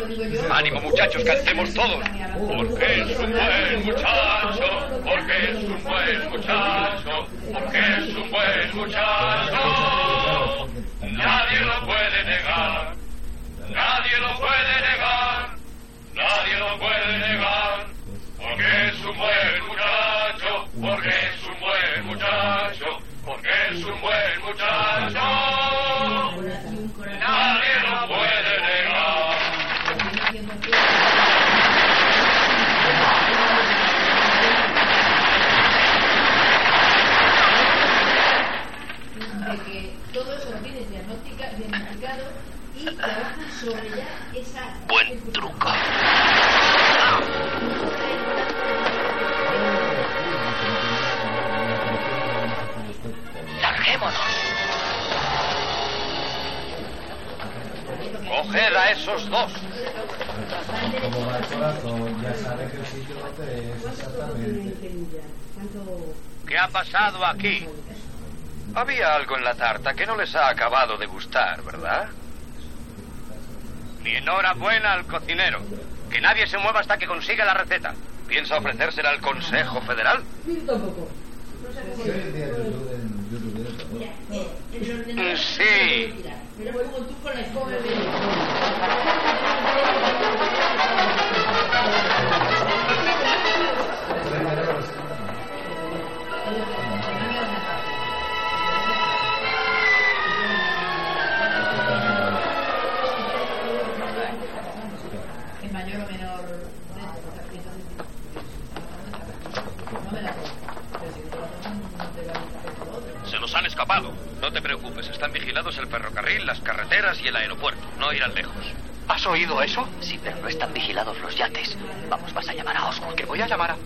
Ánimo, muchachos, cantemos todos. Porque es un buen muchacho, porque es un buen muchacho, porque es un buen muchacho. Nadie lo puede negar, nadie lo puede negar, nadie lo puede negar. Porque es un buen muchacho, porque es un buen muchacho, porque es un buen muchacho. Nadie lo puede negar.
de que todo eso lo tienes diagnostica- diagnosticado y trabajan sobre ya esa
Buen truco.
Coged a esos dos.
Como va el corazón, ya sabe que el sitio donde es exactamente.
¿Qué ha pasado aquí? Había algo en la tarta que no les ha acabado de gustar, ¿verdad? Mi enhorabuena al cocinero. Que nadie se mueva hasta que consiga la receta. ¿Piensa ofrecérsela al Consejo Federal?
tampoco.
Sí.
en mayor o menor de esto, o sea, que entonces, no me la puedo. Pero si te la tomas, no te va a gustar esto o lo otro.
Se los han escapado. No te preocupes, están vigilados el ferrocarril, las carreteras y el aeropuerto. No irán lejos.
¿Has oído eso?
Sí, pero no están vigilados los yates. Vamos, vas a llamar a Oswald.
Que voy a llamar a...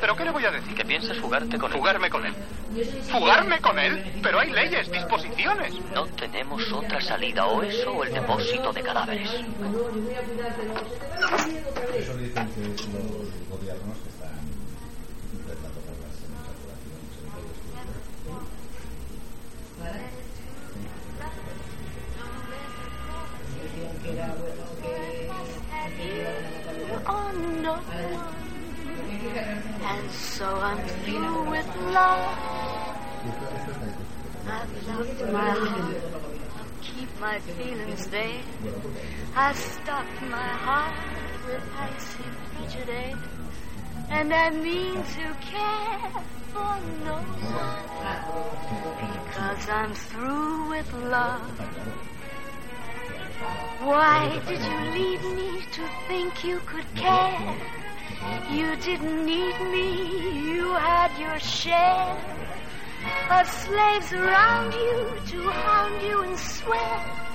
¿Pero qué le voy a decir?
¿Que piensas jugarte con él?
Jugarme con él. ¿Fugarme con él? Pero hay leyes, disposiciones.
No tenemos otra salida, o eso o el depósito de cadáveres.
Eso dicen que los gobiernos que están intentando cobrarse mucha población.
Oh no. And so I'm through with love. I've loved my heart. Keep my feelings there. I stopped my heart with icy frigid air. And I mean to care for no one. Because I'm through with love. Why did you leave me to think you could care? You didn't need me, you had your share of slaves around you to hound you and swear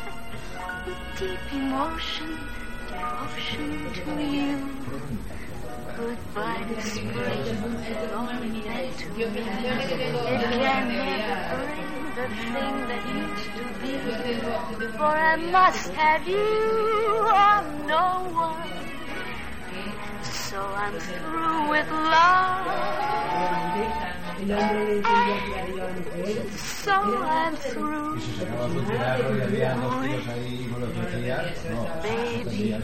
with deep emotion, devotion to you. Goodbye, the spring, lonely night to me. It can never bring the thing that used to be, for I must have you or no one. So I'm through with love.
El hombre le decía que había una mujer.
So I'm through.
Acabas de tirarlo y había dos tíos ahí y me lo ofrecías. No,
Baby,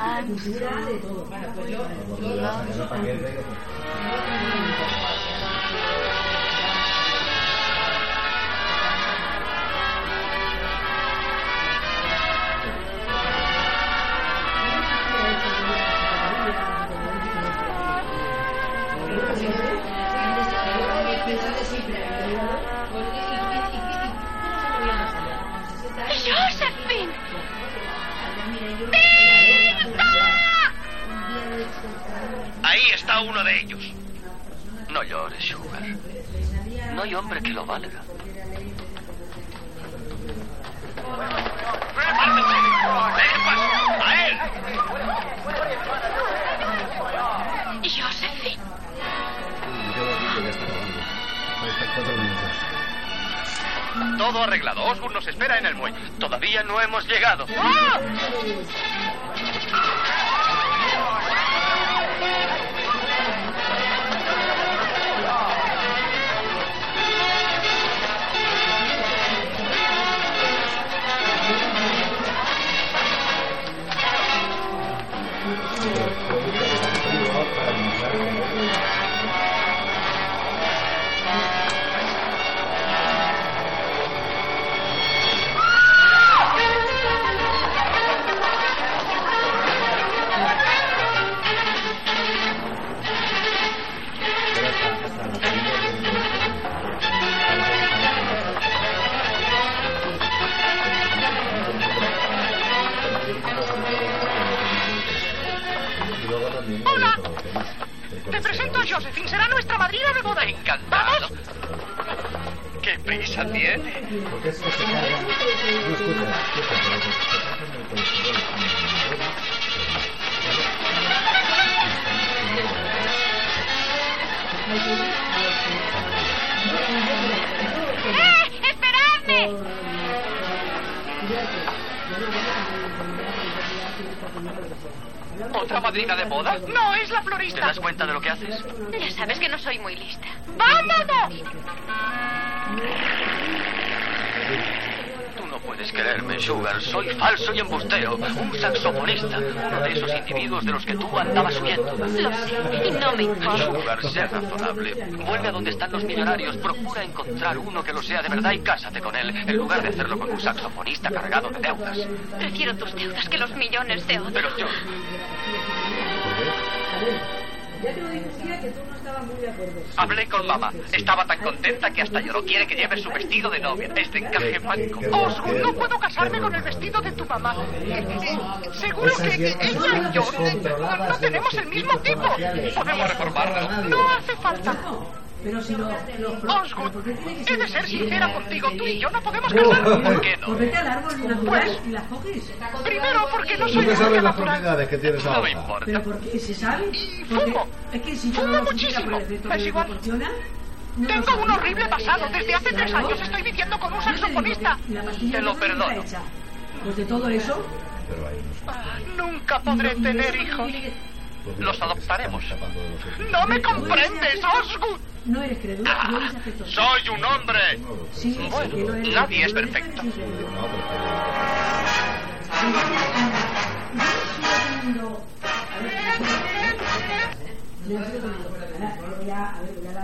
I'm through.
Josephine!
Ahí está uno de ellos.
No llores, Sugar. No hay hombre que lo valga.
¡A él!
Josephine.
Todo arreglado. Osborne nos espera en el muelle. Todavía no hemos llegado. ¡Ah!
Josephine,
Josephine será nuestra madrina de boda.
Encantado. ¿Qué prisa tiene?
Porque es que se carga. No escucha, escucha, pero se- se pasa en el control.
¡Eh! ¡Esperadme!
¿Otra madrina de boda?
No, es la
¿Te
florista.
das cuenta de lo que haces?
Ya sabes que no soy muy lista.
¡Vámonos!
Tú no puedes quererme, Sugar. Soy falso y embustero. Un saxofonista. Uno de esos individuos de los que tú andabas huyendo.
Lo sé, y no me
Ah.
importa.
Sugar, sé razonable. Vuelve a donde están los millonarios. Procura encontrar uno que lo sea de verdad y cásate con él, en lugar de hacerlo con un saxofonista cargado de deudas.
Prefiero tus deudas que los millones de otros.
Pero yo...
Ya te lo dije un día que tú no estabas muy de acuerdo.
Hablé con mamá. Estaba tan contenta que hasta lloró. Quiere que lleve su vestido de novia. Este encaje blanco.
Osgood, no puedo casarme con el vestido de tu mamá. Eh, eh, Seguro que que ella y yo no no tenemos el mismo tipo. Podemos reformarla. No hace falta.
Pero si no,
Osgood, he de ser sincera contigo. Tú y yo no podemos
No.
casarnos.
¿Por qué no?
Pues vete al árbol natural y las coges.
Primero, porque no
Tú
soy
te sabes
única
las
natural.
propiedades que tienes
No
ahora.
me importa. Pero porque se sabe. Porque
fumo.
Es que si yo
Fumo
no lo supiera
muchísimo.
por el efecto
Es
que
igual.
proporciona, no lo
Tengo un
sabría.
horrible pasado. Desde hace tres
Claro.
años estoy viviendo con un
Yo te digo
saxofonista.
que la pastilla no está hecha. Pues de todo eso,
Nunca podré tener hijos.
Los adoptaremos.
No me comprendes, Osgood.
no eres crédulo. yo eres afecto.
Soy un hombre.
que lo
Bueno,
eres.
nadie es perfecto.
Yo sigo teniendo- yo sigo teniendo- ya, a ver, ya la-